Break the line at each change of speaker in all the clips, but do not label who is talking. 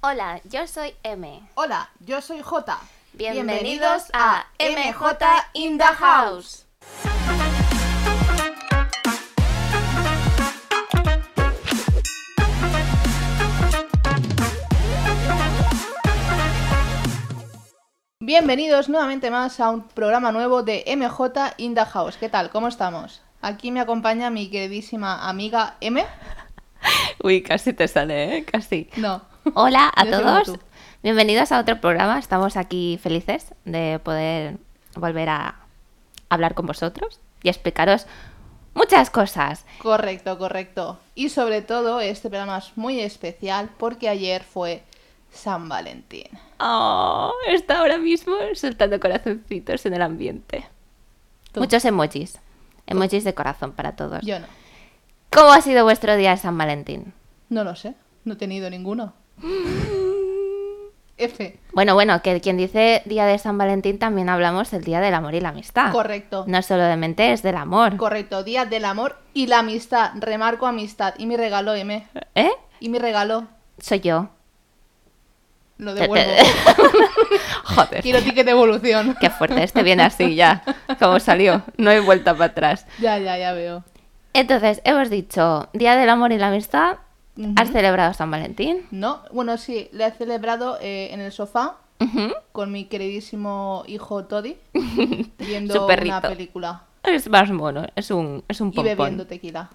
Hola, yo soy M.
Hola, yo soy J.
Bienvenidos a MJ in the House.
Bienvenidos nuevamente más a un programa nuevo de MJ in the House. ¿Qué tal? ¿Cómo estamos? Aquí me acompaña mi queridísima amiga M.
Uy, casi te sale, ¿eh? Casi.
No.
Hola a
Yo soy
todos.
Mutu.
Bienvenidos a otro programa. Estamos aquí felices de poder volver a hablar con vosotros y explicaros muchas cosas.
Correcto, correcto. Y sobre todo, este programa es muy especial porque ayer fue San Valentín.
Oh, está ahora mismo soltando corazoncitos en el ambiente.
Tú.
Muchos emojis. Emojis de corazón para todos.
Yo no.
¿Cómo ha sido vuestro día de San Valentín?
No lo sé. No he tenido ninguno. F.
Bueno, bueno, que quien dice día de San Valentín también hablamos del día del amor y la amistad.
Correcto.
Ah, No solamente es del amor.
Correcto. Día del amor y la amistad. Remarco amistad. Y mi regalo, M.
¿Eh?
Y mi regalo,
Soy yo.
lo
Te- te-
devuelvo.
Joder,
Quiero ticket de evolución.
Qué fuerte, este viene así ya, como salió, no hay vuelta para atrás.
Ya, ya, ya veo.
Entonces, hemos dicho, Día del Amor y la Amistad,
Ujú.
¿has celebrado San Valentín?
No, bueno, sí, le he celebrado eh, en el sofá
Ujú.
con mi queridísimo hijo Toddy viendo
Su perrito.
una película
es más mono, es un, es un
y bebiendo
pompón.
tequila.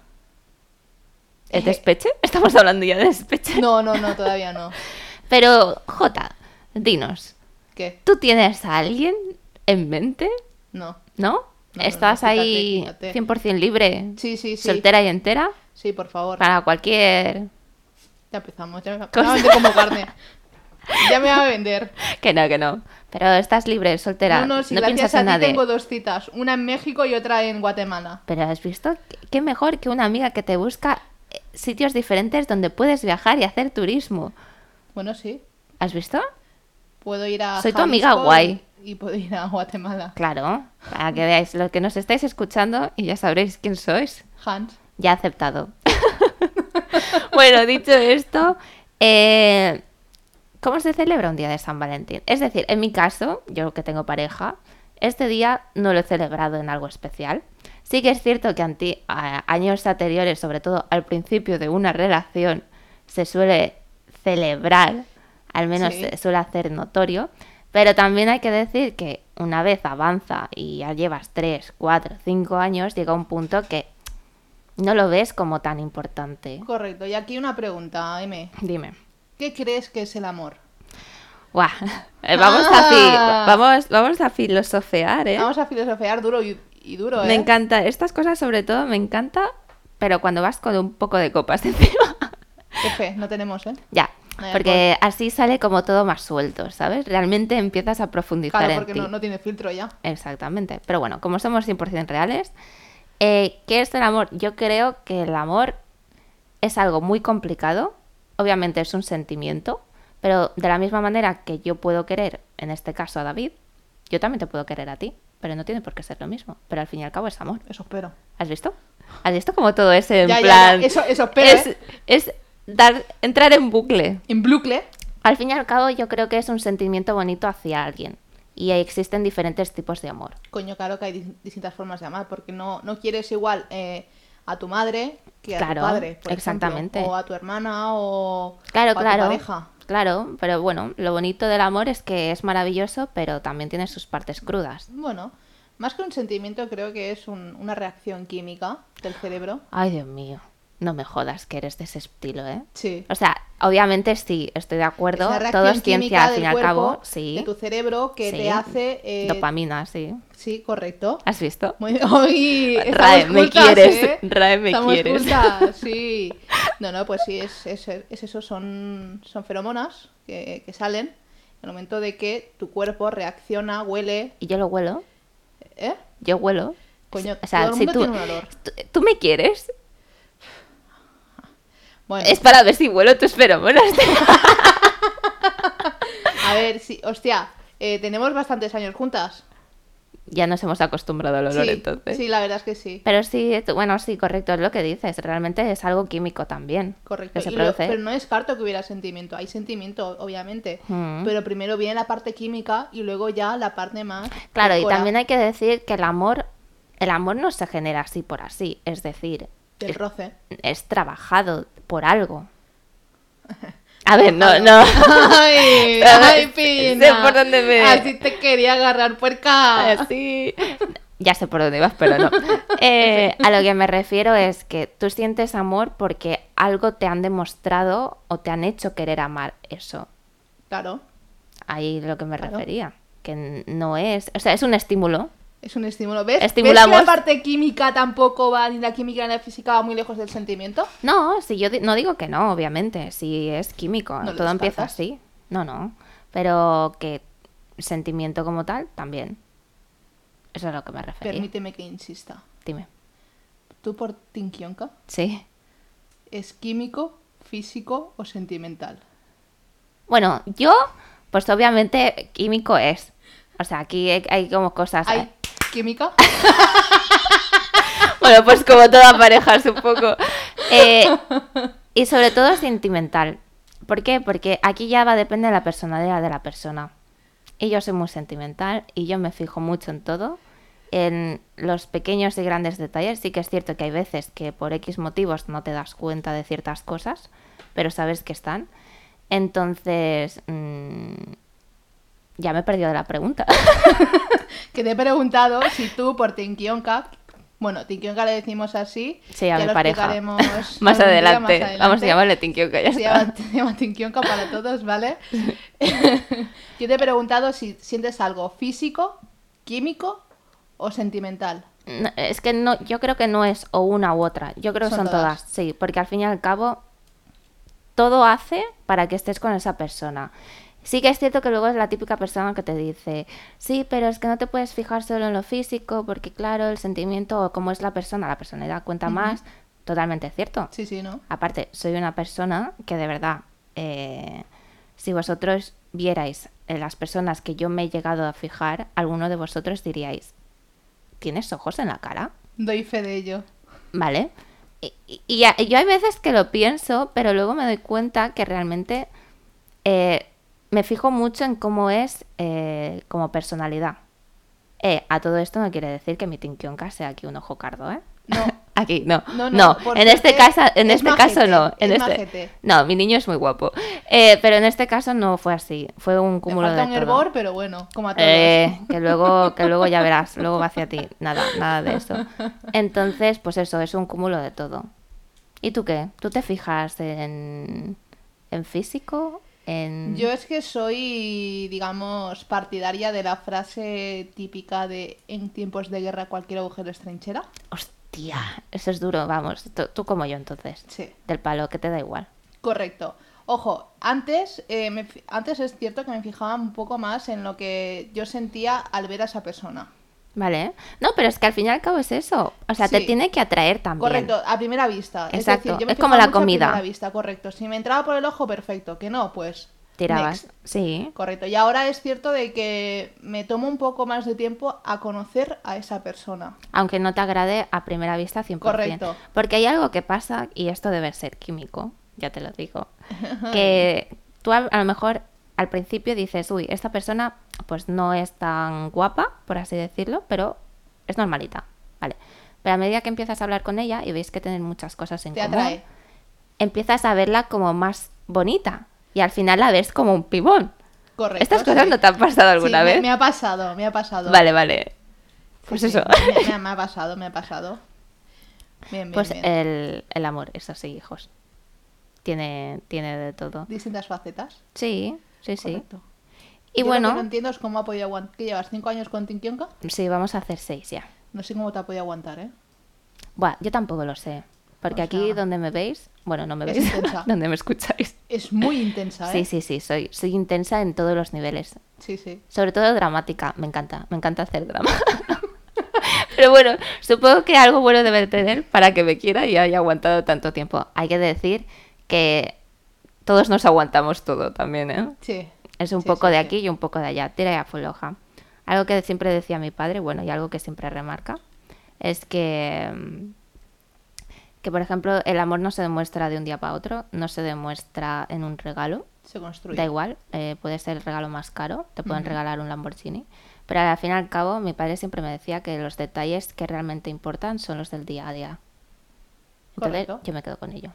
¿Es despeche? ¿Estamos hablando ya de despeche?
No, no, no, todavía no.
Pero, Jota, dinos,
¿Qué?
¿tú tienes a alguien en mente?
No.
¿No?
no,
¿Estás
no, quítate,
ahí
quítate.
100% libre,
Sí, sí, sí.
soltera y entera?
Sí, por favor.
Para cualquier...
Ya empezamos. Ya me, me va
Cosa.
a vender como carne. Ya me va a vender.
Que no, que no. Pero estás libre, soltera,
no,
no,
no, si
piensas
gracias a
en
ti
nadie.
tengo dos citas. Una en México y otra en Guatemala.
Pero has visto qué- qué mejor que una amiga que te busca eh, sitios diferentes donde puedes viajar y hacer turismo.
Bueno, sí.
¿Has visto?
Puedo ir a
Soy tu amiga
Jalisco
guay.
Y, y puedo ir a Guatemala.
Claro, para que veáis lo que nos estáis escuchando y ya sabréis quién sois.
Hans.
Ya aceptado. bueno, dicho esto, eh, ¿cómo se celebra un día de San Valentín? Es decir, en mi caso, yo que tengo pareja, este día no lo he celebrado en algo especial. Sí que es cierto que anti- a- años anteriores, sobre todo al principio de una relación, se suele celebrar, al menos
Sí.
se suele hacer notorio, pero también hay que decir que una vez avanza y ya llevas 3, 4, 5 años, llega un punto que no lo ves como tan importante.
Correcto. Y aquí una pregunta, M.
Dime.
¿Qué crees que es el amor?
Guau. Eh, Vamos, a
Ah.
fi- vamos, vamos a filosofear, ¿eh?
Vamos a filosofear duro y, y duro, ¿eh?
Me encanta. Estas cosas, sobre todo, me encanta, pero cuando vas con un poco de copas encima.
Jefe, no tenemos, ¿eh?
ya.
Vaya
Porque así sale como todo más suelto, ¿sabes? Realmente empiezas a profundizar
Claro,
en
porque
ti.
no, no tiene filtro ya.
Exactamente. Pero bueno, como somos 100% reales, eh, ¿qué es el amor? Yo creo que el amor es algo muy complicado. Obviamente es un sentimiento, pero de la misma manera que yo puedo querer, en este caso a David, yo también te puedo querer a ti, pero no tiene por qué ser lo mismo. Pero al fin y al cabo es amor.
Eso espero.
¿Has visto? ¿Has visto como todo es en
Ya, ya,
plan...
ya. Eso- eso espero,
es,
¿eh?
es dar, entrar en bucle.
En Blucle,
Al fin y al cabo yo creo que es un sentimiento bonito hacia alguien. Y existen diferentes tipos de amor.
coño, claro que hay dis- distintas formas de amar, porque no, no quieres igual eh, a tu madre que a
Claro,
tu padre, por
exactamente.
ejemplo, o a tu hermana o,
Claro,
o a
claro.
tu pareja.
Claro, pero bueno, lo bonito del amor es que es maravilloso, pero también tiene sus partes crudas.
Bueno, más que un sentimiento, creo que es un- una reacción química del cerebro.
Ay, Dios mío, no me jodas que eres de ese estilo, ¿eh?
Sí.
O sea, obviamente sí, estoy de acuerdo,
Es una
todo
reacción
es ciencia
química
al fin
del
y al cabo,
cuerpo,
sí.
De tu cerebro que
sí.
te hace. eh,
Dopamina, sí.
Sí, correcto.
¿Has visto?
Muy, hoy estamos
Rae, me
cultas,
quieres,
¿eh?
Rae, me
Estamos
quieres.
cultas, sí. No, no, pues sí, es, es, es eso, son, son feromonas que, que salen en el momento de que tu cuerpo reacciona, huele,
Y yo lo huelo,
¿eh?
yo huelo.
Coño,
o sea,
todo el
si
mundo
tú,
tiene un olor.
¿tú, tú me quieres?
Bueno,
Es para ver si huelo tus feromonas.
a ver, sí, hostia, eh, tenemos bastantes años juntas.
ya nos hemos acostumbrado al olor
sí,
entonces.
sí, la verdad es que sí.
Pero sí, tú- bueno, sí, correcto es lo que dices. Realmente es algo químico también.
Correcto.
Que se
Y lo-
produce.
pero no descarto que hubiera sentimiento. Hay sentimiento, obviamente.
Mm.
Pero primero viene la parte química y luego ya la parte más.
Claro, y
hardcore.
también hay que decir que el amor, el amor no se genera así por así. Es decir,
Del roce.
es trabajado por algo. A ver, no, no.
Ay, ay, Pina.
Sé por dónde me-
Así te quería agarrar puerca.
Así. Ya sé por dónde vas, pero no. Eh, a lo que me refiero es que tú sientes amor porque algo te han demostrado o te han hecho querer amar eso.
Claro,
Ahí lo que me
Claro.
refería. Que n- no es. O sea, es un estímulo.
es un estímulo. ¿Ves?
Estimulamos.
¿Ves que la parte química tampoco va, ni la química ni la física va muy lejos del sentimiento?
No, si yo di- no digo que no, obviamente. Si es químico,
No lo
todo empieza
descartas.
así. No, no. Pero que sentimiento como tal, también. Eso es a lo que me refería.
Permíteme que insista.
Dime.
¿Tú por Tinkionka
Sí.
es químico, físico o sentimental?
Bueno, yo, pues obviamente químico es. O sea, aquí hay, hay como cosas. eh,
¿Hay química?
Bueno, pues como toda pareja, supongo. Eh, y sobre todo es sentimental. ¿Por qué? Porque aquí ya va a depender de la personalidad de la persona. Y yo soy muy sentimental y yo me fijo mucho en todo. En los pequeños y grandes detalles. Sí que es cierto que hay veces que por X motivos no te das cuenta de ciertas cosas, pero sabes que están. Entonces, mm, ya me he perdido de la pregunta.
Que te he preguntado si tú por Tinkionka, bueno, Tinkionka le decimos así,
Se llama
ya lo
pareja.
explicaremos algún día
más, adelante.
más
Vamos a
adelante.
llamarle Tinkyo, que ya
Se
está.
llama, se llama Tinkionka para todos, ¿vale? Yo te he preguntado si sientes algo físico, químico o sentimental.
No, es que no, yo creo que no es o una u otra. Yo creo que
Son
son todas.
todas.
sí, porque al fin y al cabo todo hace para que estés con esa persona. Sí que es cierto que luego es la típica persona que te dice, sí, pero es que no te puedes fijar solo en lo físico, porque claro, el sentimiento o cómo es la persona, la personalidad cuenta más. Totalmente cierto.
Sí, sí, ¿no?
Aparte, soy una persona que de verdad, eh, si vosotros vierais eh, las personas que yo me he llegado a fijar, alguno de vosotros diríais, ¿tienes ojos en la cara?
Doy fe de ello.
¿Vale? Y, y- y a- yo hay veces que lo pienso, pero luego me doy cuenta que realmente eh, me fijo mucho en cómo es eh, como personalidad. Eh, a todo esto no quiere decir que mi Tinkionka sea aquí un ojo cardo, ¿eh?
No.
Aquí, no. No,
No, no, por
en este
suerte,
caso, en
es
este caso
majete,
no. En este...
es majete.
No, mi niño es muy guapo. Eh, pero en este caso no fue así. Fue un
Me
cúmulo
falta
de
un
todo.
hervor, pero bueno, como a todos.
Eh, que luego, que luego ya verás, luego va hacia ti. Nada, nada de eso. Entonces, pues eso, es un cúmulo de todo. ¿Y tú qué? ¿Tú te fijas en, en físico? En...
Yo es que soy, digamos, partidaria de la frase típica de en tiempos de guerra cualquier agujero es trinchera.
Hostia, eso es duro, vamos. Tú, tú como yo entonces.
Sí.
Del palo, que te da igual.
Correcto. Ojo, antes, eh, me fi- antes es cierto que me fijaba un poco más en lo que yo sentía al ver a esa persona.
Vale. No, pero es que al fin y al cabo es eso. O sea, te
Sí.
tiene que atraer también.
Correcto, a primera vista.
Exacto,
es, decir, yo me
es como
fijaba
la
mucho a
comida.
primera vista, correcto. Si me entraba por el ojo, perfecto. Que no, pues.
Tirabas.
next.
Sí.
Correcto. Y ahora es cierto de que me tomo un poco más de tiempo a conocer a esa persona.
Aunque no te agrade a primera vista 100%.
Correcto.
Porque hay algo que pasa, y esto debe ser químico, ya te lo digo, que tú a, a lo mejor al principio dices, uy, esta persona pues no es tan guapa, por así decirlo, pero es normalita, ¿vale? Pero a medida que empiezas a hablar con ella y veis que tienen muchas cosas en
Te
común,
atrae.
empiezas a verla como más bonita y al final la ves como un pibón.
Correcto.
¿Estas cosas
sí.
no te han pasado
Sí,
alguna
me-
vez?
Me, ha pasado, me ha pasado.
Vale, vale.
Sí,
Pues
sí,
eso.
me, me ha- me ha pasado, me ha pasado. Bien, bien,
Pues
bien.
el, el amor, eso sí, hijos. Tiene, tiene de todo.
Distintas facetas.
Sí, sí, sí.
Correcto.
Y
Yo Lo que no
bueno,
entiendo es cómo ha podido aguantar. ¿Qué llevas? ¿Cinco años con Tinkionka?
sí, vamos a hacer seis ya.
No sé cómo te ha podido aguantar, ¿eh?
Buah, yo tampoco lo sé. Porque
O
aquí
sea,
donde me veis, bueno, no me
Pues es
veis,
intensa.
donde me escucháis.
Es muy intensa,
Sí,
¿eh?
sí, sí, soy, soy intensa en todos los niveles.
Sí, sí.
Sobre todo dramática, me encanta, me encanta hacer drama. Pero bueno, supongo que algo bueno debe tener para que me quiera y haya aguantado tanto tiempo. Hay que decir que todos nos aguantamos todo también, ¿eh?
Sí.
Es un
Sí,
poco
sí,
de
sí.
aquí y un poco de allá, tira y afloja. Algo que siempre decía mi padre, bueno, y algo que siempre remarca, es que, mm, que por ejemplo, el amor no se demuestra de un día para otro, no se demuestra en un regalo,
Se construye.
Da igual, eh, puede ser el regalo más caro, te pueden regalar un Lamborghini. Pero al fin y al cabo, mi padre siempre me decía que los detalles que realmente importan son los del día a día. Entonces,
Correcto.
yo me quedo con ello.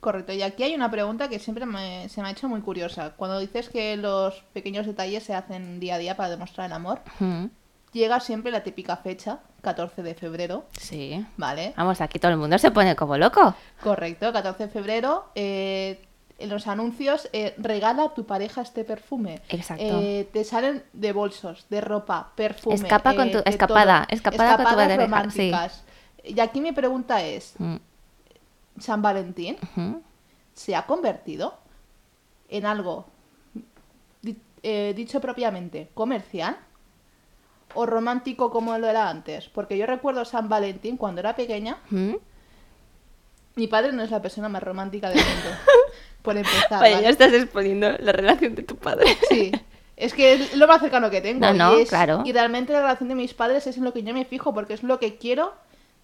Correcto, y aquí hay una pregunta que siempre me- se me ha hecho muy curiosa. Cuando dices que los pequeños detalles se hacen día a día para demostrar el amor,
Mm,
llega siempre la típica fecha, 14 de febrero,
Sí.
¿vale?
Vamos, aquí todo el mundo se pone como loco.
Correcto, 14 de febrero, eh, en los anuncios, eh, regala a tu pareja este perfume.
Exacto.
Eh, te salen de bolsos, de ropa, perfume.
Escapa con
eh,
tu-
de
escapada,
todo.
escapada con tu
Escapadas
pareja,
románticas. Y aquí mi pregunta es,
Mm,
¿San Valentín
ujú.
se ha convertido en algo, di- eh, dicho propiamente, comercial o romántico como lo era antes. Porque yo recuerdo San Valentín cuando era pequeña.
Mm.
Mi padre no es la persona más romántica del mundo. por empezar.
Vaya,
¿vale?
ya estás exponiendo la relación de tu padre.
Sí. Es que es lo más cercano que tengo.
No, no,
y es-
claro.
Y realmente la relación de mis padres es en lo que yo me fijo, porque es lo que quiero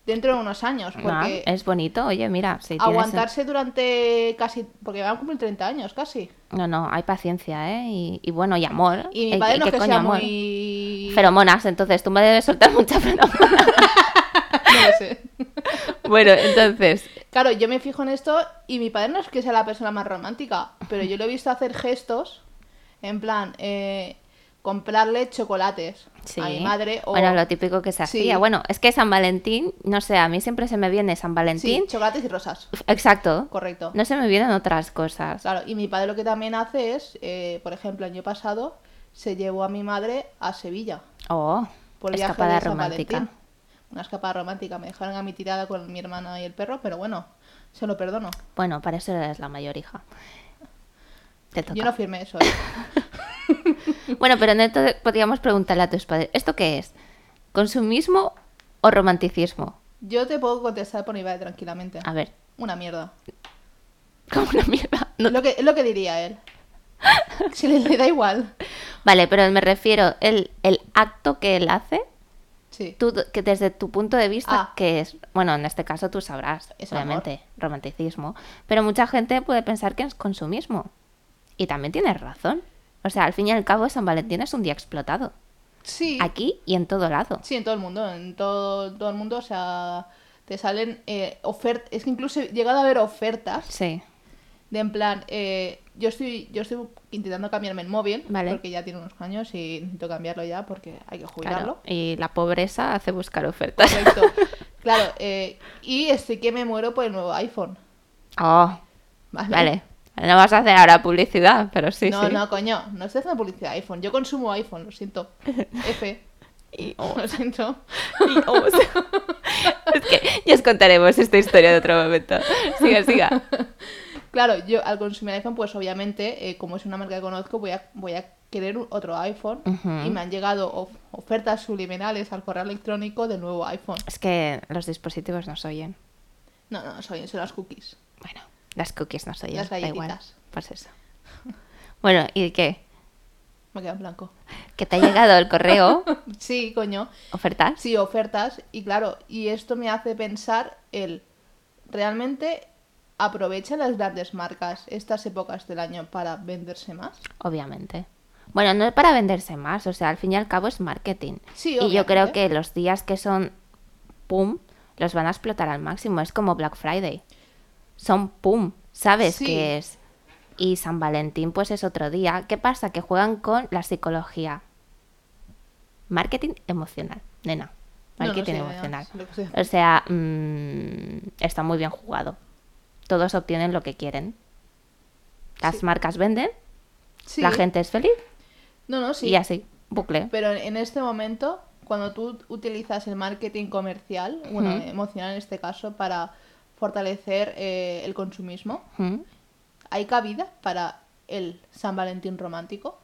dentro de unos años.
No,
Porque
Ah, es bonito, oye, mira. Si tienes-
aguantarse durante casi. Porque van a cumplir 30 años casi.
No, no, hay paciencia, ¿eh? Y, y bueno, y amor.
Y
Eh,
mi padre
¿y
no es
qué
que
coño
sea
amor?
muy...
Feromonas, entonces tú me debes soltar mucha feromonas.
No lo sé.
bueno, entonces,
Claro, yo me fijo en esto y mi padre no es que sea la persona más romántica, pero yo lo he visto hacer gestos, en plan, eh, comprarle chocolates
Sí.
a mi madre o...
Bueno, lo típico que se
Sí.
hacía. Bueno, es que San Valentín, no sé, a mí siempre se me viene San
Sí,
Valentín.
chocolates y rosas,
Exacto.
correcto.
No se me vienen otras cosas.
Claro, y mi padre lo que también hace es, eh, por ejemplo, el año pasado se llevó a mi madre a Sevilla
Oh,
por el viaje
escapada
de San
romántica.
Valentín. Una escapada romántica. Me dejaron a mi tirada con mi hermana y el perro, pero bueno, se lo perdono.
Bueno, para eso eres la mayor hija. Te toca.
Yo no firmé eso. ¿eh?
Bueno, pero entonces podríamos preguntarle a tus padres, ¿esto qué es? ¿Consumismo o romanticismo?
Yo te puedo contestar por mi padre tranquilamente.
A ver,
Una mierda.
como una mierda. No-
Es Lo que, es lo que diría él. Si le, le da igual.
Vale, pero me refiero, el, el acto que él hace,
Sí.
tú, que desde tu punto de vista,
Ah.
que es, bueno, en este caso tú sabrás,
Es amor.
obviamente, romanticismo, pero mucha gente puede pensar que es consumismo. Y también tienes razón. O sea, al fin y al cabo, San Valentín es un día explotado.
Sí.
Aquí y en todo lado.
Sí, en todo el mundo. En todo, todo el mundo, o sea, te salen ofertas. Es que incluso he llegado a ver ofertas
Sí.
de en plan, eh, yo estoy yo estoy intentando cambiarme el móvil,
Vale.
porque ya tiene unos años y necesito cambiarlo ya porque hay que
Claro.
jubilarlo.
Y la pobreza hace buscar ofertas.
Correcto. Claro, eh, y estoy que me muero por el nuevo iPhone.
Oh,
Vale.
vale. No vas a hacer ahora publicidad, pero sí,
no,
sí.
no, coño, no estoy haciendo publicidad de iPhone. Yo consumo iPhone, lo siento. F.
Y- oh,
Lo siento.
Y, oh, o sea, es que ya os contaremos esta historia de otro momento. Siga, siga.
Claro, yo al consumir iPhone, pues obviamente, eh, como es una marca que conozco, voy a, voy a querer un- otro iPhone.
Ujú.
Y me han llegado of- ofertas subliminales al correo electrónico del nuevo iPhone.
Es que los dispositivos nos oyen.
No, no, son, son las cookies.
Bueno, las cookies nos oyen.
Las
da igual.
galletitas.
Pues eso. Bueno, ¿y qué?
Me quedan blanco.
Que te ha llegado el correo,
Sí, coño.
ofertas.
Sí, ofertas. Y claro, y esto me hace pensar el... ¿Realmente aprovechan las grandes marcas estas épocas del año para venderse más?
Obviamente. Bueno, no es para venderse más, o sea, al fin y al cabo es marketing.
Sí,
y yo creo
obviamente.
que los días que son pum, los van a explotar al máximo. Es como Black Friday. Son pum, sabes
Sí.
qué es. Y San Valentín, pues es otro día. ¿Qué pasa? Que juegan con la psicología. Marketing emocional, nena.
No, no
Marketing
sé, nena,
emocional.
sé lo que sé.
O sea, mm, está muy bien jugado. Todos obtienen lo que quieren. Las
Sí.
marcas venden,
Sí.
la gente es feliz
No, no, sí.
y así, bucle.
Pero en este momento, cuando tú utilizas el marketing comercial, bueno,
Ujú.
emocional en este caso, para fortalecer eh, el consumismo,
Mm.
¿hay cabida para el San Valentín romántico?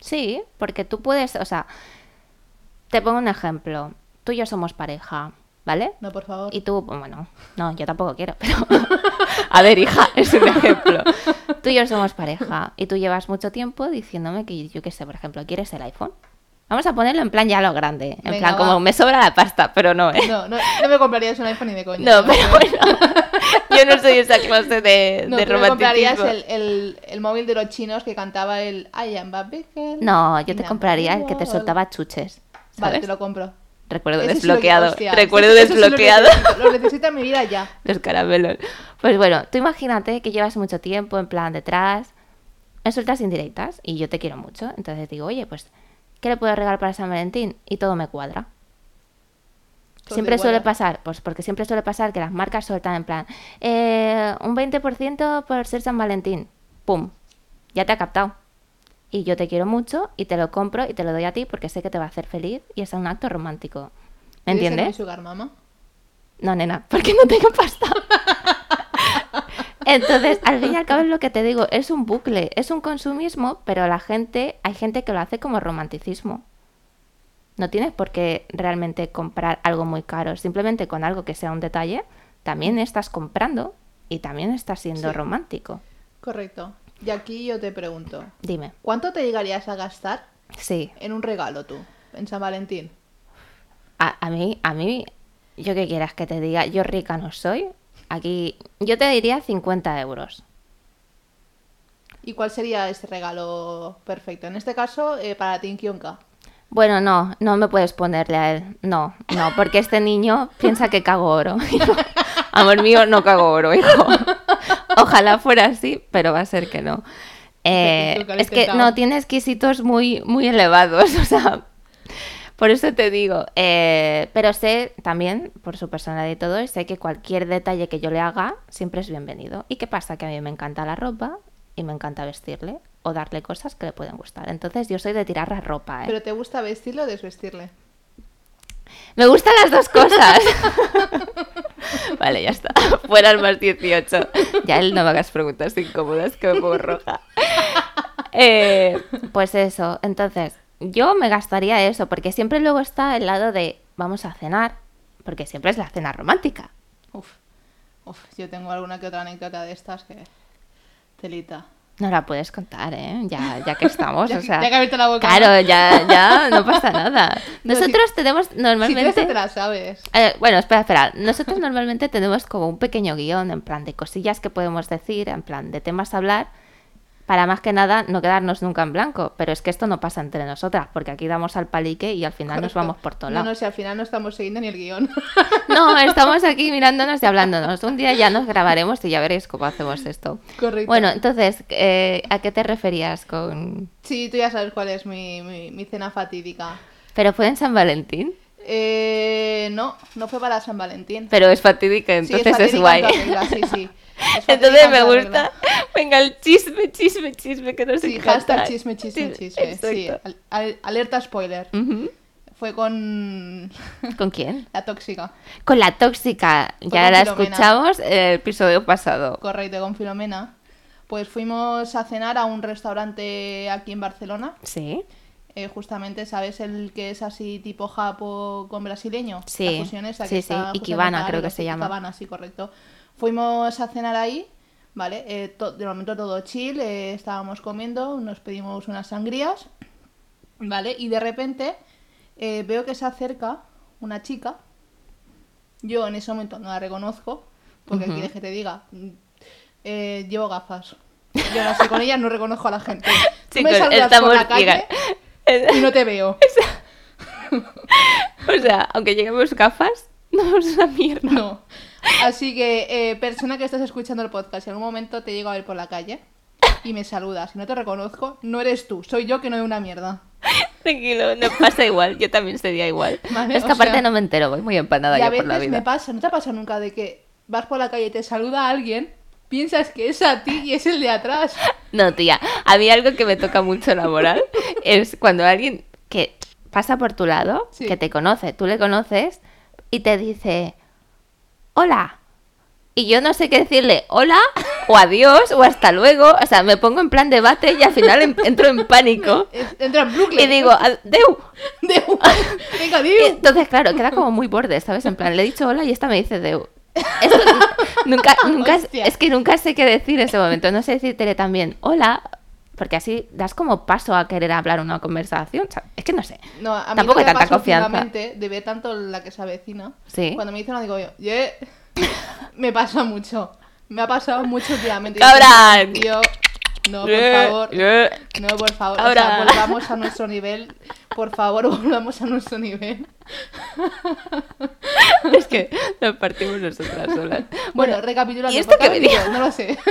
Sí, porque tú puedes, o sea, te pongo un ejemplo. Tú y yo somos pareja, ¿vale?
No, por favor.
Y tú, pues, bueno, no, yo tampoco quiero, pero... A ver, hija, es un ejemplo. Tú y yo somos pareja y tú llevas mucho tiempo diciéndome que yo qué sé, por ejemplo, ¿quieres el iPhone? Vamos a ponerlo en plan ya lo grande. En
Venga,
plan,
va.
como me sobra la pasta, pero no, ¿eh?
No, no, no me comprarías un iPhone ni de coña.
No, pero bueno. Yo no soy esa clase de,
No,
de
tú me comprarías
romanticismo.
el, el, el móvil de los chinos que cantaba el I am a beggar,
No, yo te
inaudible".
compraría el que te soltaba chuches. ¿sabes?
Vale, te lo compro.
Recuerdo
Ese sí lo-
desbloqueado.
hostia,
Recuerdo
ese- ese sí lo
desbloqueado.
necesito, Lo necesita mi vida ya.
Los caramelos. Pues bueno, tú imagínate que llevas mucho tiempo en plan detrás, me sueltas indirectas y yo te quiero mucho. Entonces digo, oye, pues, ¿qué le puedo regalar para San Valentín? Y todo me cuadra.
Todo
siempre
te
suele
cuadra.
pasar, pues porque siempre suele pasar que las marcas sueltan en plan, eh, un 20% por ser San Valentín. ¡Pum! Ya te ha captado. Y yo te quiero mucho y te lo compro y te lo doy a ti porque sé que te va a hacer feliz y es un acto romántico. ¿Me
¿Quieres ser
entiendes?
mi sugar mama?
No, nena, porque no tengo pasta. Entonces, al fin y al cabo es lo que te digo, es un bucle, es un consumismo, pero la gente, hay gente que lo hace como romanticismo. No tienes por qué realmente comprar algo muy caro, simplemente con algo que sea un detalle, también estás comprando y también estás siendo
Sí.
romántico.
Correcto. Y aquí yo te pregunto,
Dime.
¿cuánto te llegarías a gastar
Sí,
en un regalo tú, en San Valentín?
a, a mí, a mí, yo que quieras que te diga, yo rica no soy. Aquí, yo te diría 50 euros.
¿Y cuál sería ese regalo perfecto? En este caso, eh, para ti, Kionka.
Bueno, no, no me puedes ponerle a él. No, no, porque este niño piensa que cago oro. Y yo, Amor mío, no cago oro, hijo. Ojalá fuera así, pero va a ser que no. Eh,
Tú que lo
es que
intentaba.
no tiene exquisitos muy, muy elevados, o sea, por eso te digo. eh, pero sé también, por su personalidad y todo, sé que cualquier detalle que yo le haga siempre es bienvenido. ¿Y qué pasa? Que a mí me encanta la ropa y me encanta vestirle o darle cosas que le pueden gustar. Entonces yo soy de tirar la ropa, ¿eh?
¿Pero te gusta vestirle o desvestirle?
Me gustan las dos cosas. vale, ya está. Fuera el más 18. Ya él no me hagas preguntas incómodas que me pongo roja. Eh, pues eso, entonces, yo me gastaría eso, porque siempre luego está el lado de vamos a cenar, porque siempre es la cena romántica.
Uf, uf, yo tengo alguna que otra anécdota de estas que... Telita.
No la puedes contar, ¿eh? Ya, ya que estamos,
Ya
o
que-
sea...
ya que has abierto la boca,
Claro, ya, ya, no pasa nada.
No, si-
Nosotros tenemos
Si tú
normalmente...
esta te la sabes.
Eh, bueno, espera, espera. Nosotros normalmente tenemos como un pequeño guión en plan de cosillas que podemos decir, en plan de temas a hablar, para más que nada no quedarnos nunca en blanco. Pero es que esto no pasa entre nosotras, porque aquí damos al palique y al final nos
Correcto.
vamos por todo
No,
lado.
no, si al final no estamos siguiendo ni el guión.
No, estamos aquí mirándonos y hablándonos. Un día ya nos grabaremos y ya veréis cómo hacemos esto.
Correcto.
Bueno, entonces, eh, ¿a qué te referías con...?
Sí, tú ya sabes cuál es mi, mi- mi cena fatídica.
¿Pero fue en San Valentín?
Eh, no, no fue para San Valentín.
Pero es fatídica,
Sí,
entonces es,
fatídica
guay.
en toda regla, sí, sí. Es fatídica
Entonces
en
me
toda
gusta.
regla.
Venga, el chisme, chisme, chisme, que nos
Sí,
encanta.
hashtag chisme, chisme, chisme. Sí,
exacto.
al- al- alerta spoiler.
Ujú.
Fue con
¿Con quién?
la tóxica.
Con la tóxica. ya
con
la
Filomena.
escuchamos en el episodio pasado.
Correcto, con Filomena. Pues fuimos a cenar a un restaurante aquí en Barcelona.
Sí.
Eh, justamente, ¿sabes el que es así tipo japo con brasileño?
Sí,
La fusión esa que
sí,
está
sí,
justamente
Ikebana,
ahora,
creo que
los
se llama.
Ikebana, sí, correcto. Fuimos a cenar ahí, ¿vale? Eh, to- de momento todo chill, eh, estábamos comiendo, nos pedimos unas sangrías, ¿vale? Y de repente eh, veo que se acerca una chica. Yo en ese momento no la reconozco, porque
Ujú.
quieres que te diga, Mm, eh, llevo gafas. Yo no sé, con ellas no reconozco a la gente. Tú me
Chicos,
saludas por
estamos
la calle
ciegas.
y no te veo.
O sea, aunque lleguemos gafas, no es una mierda.
No. Así que, eh, persona que estás escuchando el podcast, si en algún momento te llego a ver por la calle y me saludas y no te reconozco, no eres tú, soy yo que no veo una mierda.
Tranquilo, no pasa igual. Yo también sería igual.
Vale,
es que
o
aparte
sea-
no me entero, voy muy empanada
y a
yo por la
veces me
vida.
pasa, no te ha pasado nunca de que vas por la calle y te saluda alguien, piensas que es a ti y es el de atrás.
No, tía, a mí algo que me toca mucho la moral es cuando alguien que pasa por tu lado,
Sí.
que te conoce, tú le conoces y te dice, hola. Y yo no sé qué decirle, hola, o adiós, o hasta luego. O sea, me pongo en plan debate y al final en- entro en pánico.
Es- Entra en Brooklyn.
Y digo, eh, adeu.
Deu. Venga,
Y
Deu.
entonces, claro, queda como muy borde, ¿sabes? En plan, le he dicho hola y esta me dice deu. Eso n- nunca, nunca,
Hostia.
es que nunca sé qué decir en ese momento. No sé decirte también hola, porque así das como paso a querer hablar una conversación. O sea, que no sé.
No, a mí
Tampoco
lo que
hay
me
tanta
pasó
confianza.
últimamente, de ver tanto la que se avecina.
Sí.
Cuando me dicen algo, digo yo, "Ye". me pasa mucho. Me ha pasado mucho últimamente.
¡Cabrón!
Yo, no, por
Eh,
favor.
eh.
No, por favor. O sea,
Ahora.
volvamos a nuestro nivel. Por favor, volvamos a nuestro nivel.
Es que nos partimos nosotras solas.
Bueno, recapitulando.
¿y esto
¿por qué
qué
ha
me
venido? No lo sé.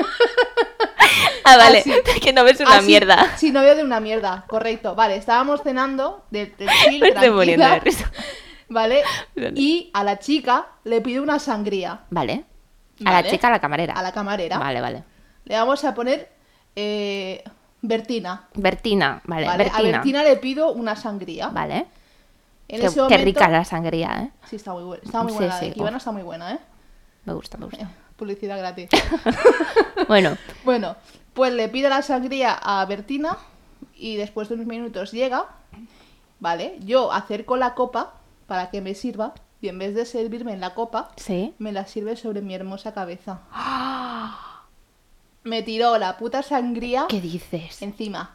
Ah, vale,
Así.
que no ves una
Ah, sí,
mierda.
Sí, no veo de una mierda. Correcto. Vale, estábamos cenando de, de chill,
Me estoy muriendo de
tranquila,
risa.
¿Vale?
Vale.
Y a la chica le pido una sangría.
Vale. A
Vale.
la chica, a la camarera.
A la camarera.
Vale, vale.
Le vamos a poner eh, Bertina.
Bertina, vale,
¿vale? A
Bertina.
Bertina le pido una sangría.
Vale.
En
qué,
ese
qué
momento-
rica la sangría, ¿eh?
Sí, está muy buena. Está muy
Sí,
buena. la de
sí,
Kibana
uf.
está muy buena, ¿eh?
Me gusta, me gusta.
Publicidad gratis.
Bueno,
bueno, pues le pido la sangría a Bertina y después de unos minutos llega. Vale, yo acerco la copa para que me sirva y en vez de servirme en la copa,
sí.
me la sirve sobre mi hermosa cabeza. Me tiró la puta sangría
¿Qué dices?
encima.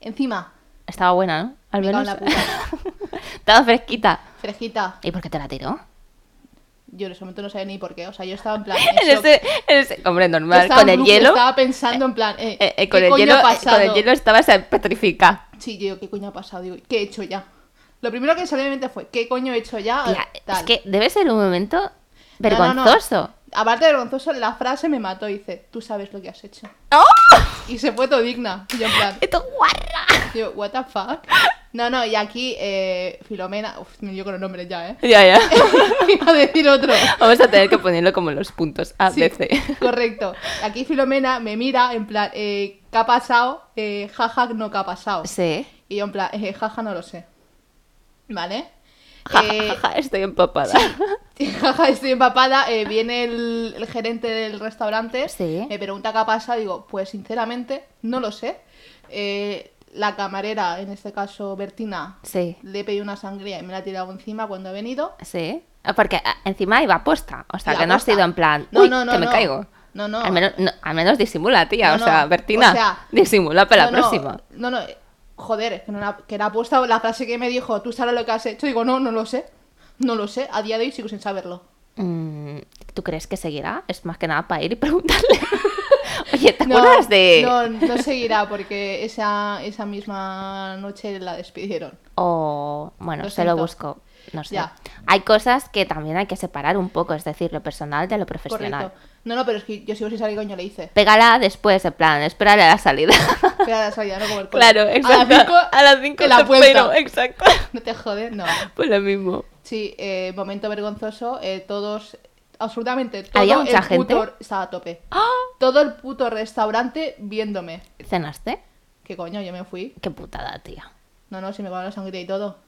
Encima.
Estaba buena, ¿no? Al
Me cago
menos.
en la puta.
Estaba fresquita.
Frejita.
¿Y por qué te la tiró?
Yo en ese momento no sabía ni por qué. O sea, yo estaba en plan. en
En
shock.
ese, en ese- hombre
Yo
normal,
estaba
con
en
el
brujo,
hielo.
Estaba pensando en plan. Eh,
eh, eh,
¿qué
con, el
coño
hielo
ha
eh, con el
pasado?
hielo estabas petrificada.
Sí, yo digo, ¿qué coño ha pasado? Digo, ¿qué he hecho ya? Lo primero que salió de mi mente fue, ¿qué coño he hecho ya?
Tía,
Ah, Tal.
es que debe ser un momento
No, no, no.
vergonzoso.
Aparte de vergonzoso, la frase me mató. Dice, tú sabes lo que has hecho. Y se fue todo digna. Y yo en plan,
¡Esto es guarra!
yo, ¿what the fuck? No, no, y aquí eh, Filomena. Uf, yo con los nombres ya, ¿eh?
Ya, ya.
Iba a decir otro.
Vamos a tener que ponerlo como los puntos A,
Sí,
B, C.
correcto. Aquí Filomena me mira en plan, eh, ¿qué ha pasado? Eh, jaja, no, ¿qué ha pasado?
Sí.
Y yo en plan, eh, jaja, no lo sé. ¿Vale?
Ja, ja,
Eh,
ja, ja, estoy empapada.
Jaja, estoy empapada. eh, viene el, el gerente del restaurante,
Sí.
me pregunta qué ha pasado. Digo, pues sinceramente, no lo sé. Eh, la camarera, en este caso Bertina,
Sí.
le he pedido una sangría y me la ha tirado encima cuando he venido.
Sí. Ah, Porque ah, encima iba posta. O sea,
Iba
que no ha
posta.
sido en plan.
No,
"Uy,
no, no,
que me
no.
caigo.
No, no.
Al menos, no, al menos disimula, tía.
No,
o
no,
sea, Bertina,
o sea,
disimula para
No,
la
no,
próxima.
No, no, eh, joder, es que, no la, que era puesta la frase que me dijo, tú sabes lo que has hecho. Digo, no, no lo sé. No lo sé. A día de hoy sigo sin saberlo.
Mm, ¿Tú crees que seguirá? Es más que nada para ir y preguntarle. Oye, ¿te acuerdas de.?
No, no seguirá porque esa, esa misma noche la despidieron.
O, bueno,
Lo
se lo
siento.
busco. No sé.
Ya.
Hay cosas que también hay que separar un poco, es decir, lo personal de lo profesional.
Correcto. No, no, pero es que yo sigo sin saber qué coño le hice.
Pégala después, en plan, espérale a la salida.
Espera la salida, no como el cole.
claro, exacto.
A las 5
A las 5
en la puerta.
exacto.
No te jodes, no.
Pues lo mismo.
Sí, eh, momento vergonzoso. eh, todos, absolutamente todo
¿Había mucha
el puto
gente?
estaba a tope.
¡Ah!
Todo el puto restaurante viéndome.
¿Cenaste?
¿Qué coño? Yo me fui.
Qué putada, tía.
No, no, si me cagaron la sangre y todo.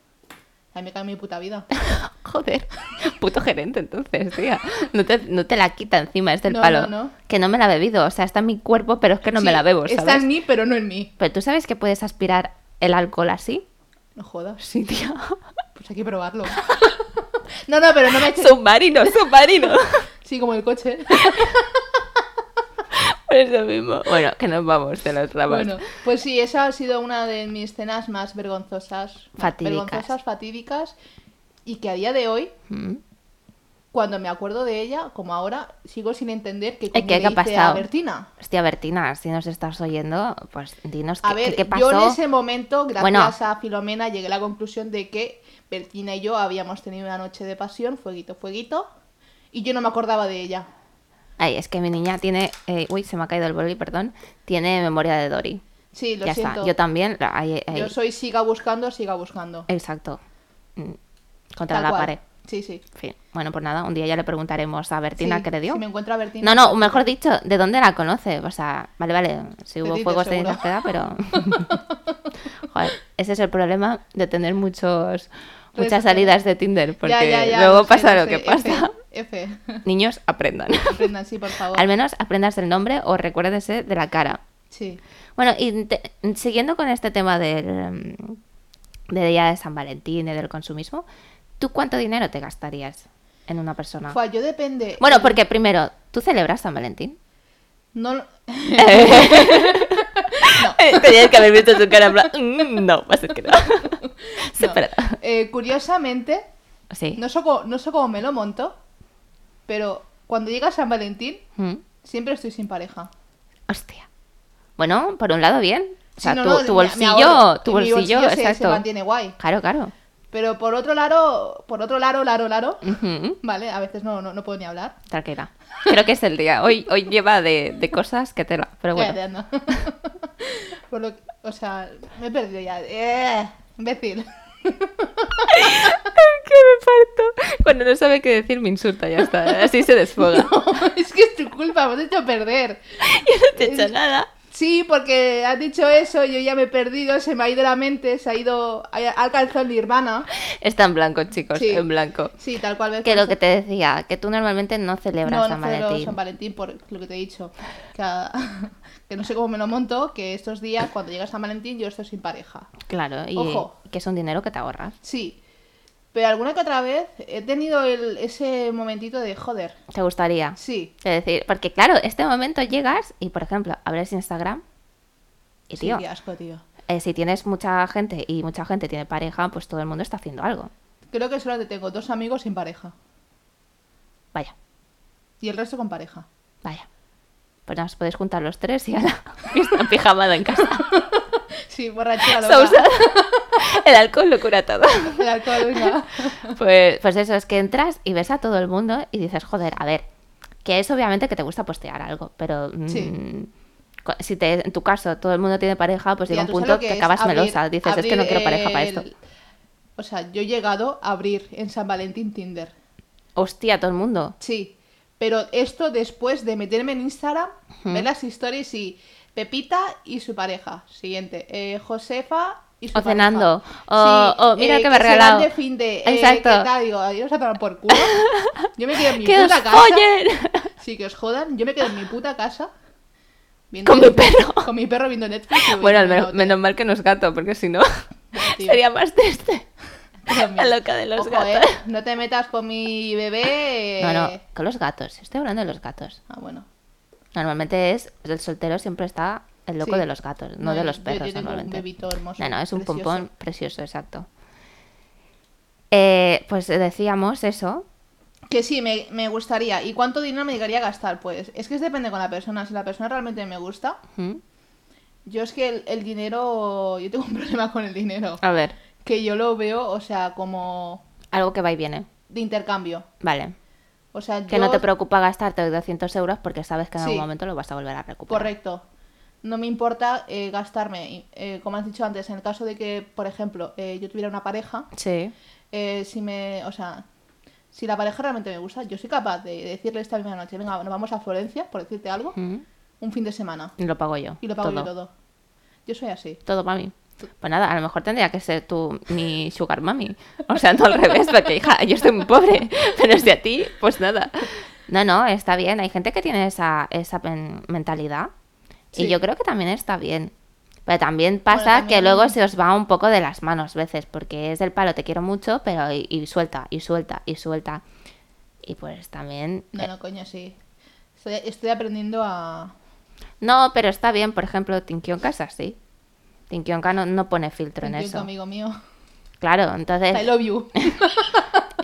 A mí me cae mi puta vida.
Joder, puto gerente entonces, tía. No te, no te la quita encima, es del
No,
palo.
no, no.
Que no me la he bebido, o sea, está en mi cuerpo, pero es que no me
Sí,
la bebo, ¿sabes?
Está en mí, pero no en mí.
Pero tú sabes que puedes aspirar el alcohol así.
No jodas.
Sí, tía.
Pues hay que probarlo. no, no, pero no me eches.
Submarino, submarino.
Sí, como el coche.
Por eso mismo. Bueno, que nos vamos de las ramas.
Bueno, pues sí, esa ha sido una de mis cenas más vergonzosas.
Fatídicas.
Vergonzosas, fatídicas. Y que a día de hoy,
Mm.
cuando me acuerdo de ella, como ahora, sigo sin entender qué
¿qué-
coño le
qué ha
hice a
pasado?
Bertina.
Hostia, Bertina, si nos estás oyendo, pues dinos
A
qué,
ver,
qué
yo
pasó.
en ese momento, gracias
Bueno.
a Filomena, llegué a la conclusión de que Bertina y yo habíamos tenido una noche de pasión, fueguito, fueguito, y yo no me acordaba de ella.
Ay, es que mi niña tiene. eh, uy, se me ha caído el boli, perdón. Tiene memoria de Dory.
Sí, lo
ya
siento.
está. Yo también. la- ay, ay,
Yo soy siga buscando, siga buscando.
Exacto. Mm, Contra
Tal
la
cual.
pared.
Sí, sí.
En fin. Bueno, pues nada, un día ya le preguntaremos a Bertina
Sí,
qué le dio.
Si me encuentro a
No,
Bertina.
no, mejor dicho, ¿de dónde la conoce? O sea, vale, vale, si hubo
Tito,
fuegos de
seguro.
queda, pero... Joder, ese es el problema de tener muchos muchas
Redes sociales.
salidas de Tinder, porque
Pues Ya, ya, ya,
luego
lo sé,
pasa lo
sé.
que pasa.
F, F.
Niños, aprendan.
Aprendan, sí, por favor.
Al menos aprendas el nombre o recuérdese de la cara.
Sí.
Bueno, y te- siguiendo con este tema del, mm, de día de San Valentín y del consumismo, ¿tú cuánto dinero te gastarías en una persona?
Fua, yo depende.
Bueno, porque primero, ¿tú celebras San Valentín?
No, lo-
Tenías que haber visto su cara en plan, "Mm, no, va a ser que no. Separada.
Eh, curiosamente,
Sí.
no sé, cómo, no sé cómo me lo monto, pero cuando llega San Valentín,
Mm.
siempre estoy sin pareja.
Hostia. Bueno, por un lado, bien. O sea,
Si no,
tu,
no,
tu
me- me
bolsillo,
ahorro.
tu
Mi
bolsillo,
se- se,
exacto.
mantiene guay.
Claro, claro.
Pero por otro lado, por otro lado, lado, lado,
Ujú.
vale, a veces no, no, no puedo ni hablar.
Tranquila. Creo que es el día. Hoy, hoy lleva de, de cosas que tela. Pero bueno.
Cállate, anda. Por lo que- o sea, me he perdido ya. Eh, imbécil.
¡Qué me parto! Cuando no sabe qué decir, me insulta, ya está. Así se desfoga.
es que es tu culpa, me has hecho perder.
no te he hecho nada.
Sí, porque has dicho eso, yo ya me he perdido, se me ha ido la mente, se ha ido, ha alcanzado el nirvana.
Está en blanco, chicos,
Sí.
en blanco.
Sí, tal cual. ¿ves?
Que lo que te decía, que tú normalmente no celebras
No, no
San
celebro
Valentín.
San Valentín por lo que te he dicho. Que, a- que no sé cómo me lo monto, que estos días, cuando llega San Valentín, yo estoy sin pareja.
Claro, y
Ojo.
que es un dinero que te ahorras.
Sí, pero alguna que otra vez he tenido el- ese momentito de joder.
¿Te gustaría?
Sí,
Es decir, porque claro, este momento llegas y, por ejemplo, abres Instagram y,
sí,
tío,
qué asco, tío.
eh, si tienes mucha gente y mucha gente tiene pareja, pues todo el mundo está haciendo algo.
Creo que solamente tengo dos amigos sin pareja
Vaya,
y el resto con pareja.
vaya. Pues nos podéis juntar los tres y a la fiesta pijamada en casa.
Sí, borrachera loca.
Sausada. El alcohol lo cura todo.
El alcohol, venga.
Pues, pues eso, es que entras y ves a todo el mundo y dices, joder, a ver, que es obviamente que te gusta postear algo, pero mm,
Sí.
cu- si te, en tu caso todo el mundo tiene pareja, pues
Tía,
llega un
¿tú sabes
punto
lo
que,
es
acabas
abrir-
melosa. Dices, es que no
abrir
quiero pareja para esto.
el- O sea, yo he llegado a abrir en San Valentín Tinder.
Hostia, todo el mundo.
Sí, pero esto después de meterme en Instagram, ver las historias y Pepita y su pareja. Siguiente, eh, Josefa y su
O cenando.
pareja. eh,
O- o mira que me ha
se
regalado.
van de fin de, eh,
Exacto.
¿qué tal? Digo, adiós a tomar por culo. Yo me quedo en mi
¡Que os
puta casa.
follen!
Sí, que os jodan. Yo me quedo en mi puta casa. viendo
Con mi
Netflix-
perro.
Con mi perro viendo Netflix. y
Bueno, al
bebiendo
menos,
una
menos mal que no es gato, porque si no,
tío.
sería más triste.
botella.
la loca de los
Ojo,
gatos.
eh, no te metas con mi bebé. eh.
No, no, con los gatos. Estoy hablando de los gatos.
Ah, bueno.
Normalmente es, pues, el soltero siempre está el loco
Sí.
de los gatos, no,
No,
de los
yo- yo
perros
tengo un
normalmente.
bebito hermoso,
no, no, es un
precioso.
pompón precioso, exacto. Eh, pues decíamos eso.
Que sí, me, me gustaría. ¿Y cuánto dinero me llegaría a gastar? Pues es que es depende con la persona. Si la persona realmente me gusta,
¿Mm?
yo es que el, el dinero. Yo tengo un problema con el dinero.
A ver,
Que yo lo veo, o sea, como
algo que va y viene.
de intercambio.
Vale.
O sea,
Que
yo-
no te preocupa gastarte 200 euros porque sabes que en algún
Sí.
momento lo vas a volver a recuperar.
Correcto. No me importa eh, gastarme. eh, como has dicho antes, en el caso de que, por ejemplo, eh, yo tuviera una pareja,
Sí.
eh, si me. O sea. Si la pareja realmente me gusta, yo soy capaz de decirle esta misma noche, venga, nos vamos a Florencia, por decirte algo,
¿Mm?
un fin de semana.
Y lo pago yo.
Y lo pago
todo.
yo todo. Yo soy así.
Todo mami. Pues nada, a lo mejor tendría que ser tú mi sugar mami. O sea, no al revés, porque hija, yo estoy muy pobre, pero si a ti, pues nada. No, no, está bien. Hay gente que tiene esa, esa pen- mentalidad. Y
Sí.
yo creo que también está bien. Pero también pasa que
también-
luego se os va un poco de las manos a veces, porque es del palo, te quiero mucho, pero y, y suelta, y suelta, y suelta. Y pues también... eh,
No, no, coño, sí. Estoy, estoy aprendiendo a.
No, pero está bien, por ejemplo, Tinkionka es así. Tinkionka no, no pone filtro en eso.
Entiendo,
Eh,
amigo mío.
Claro, entonces
I love you.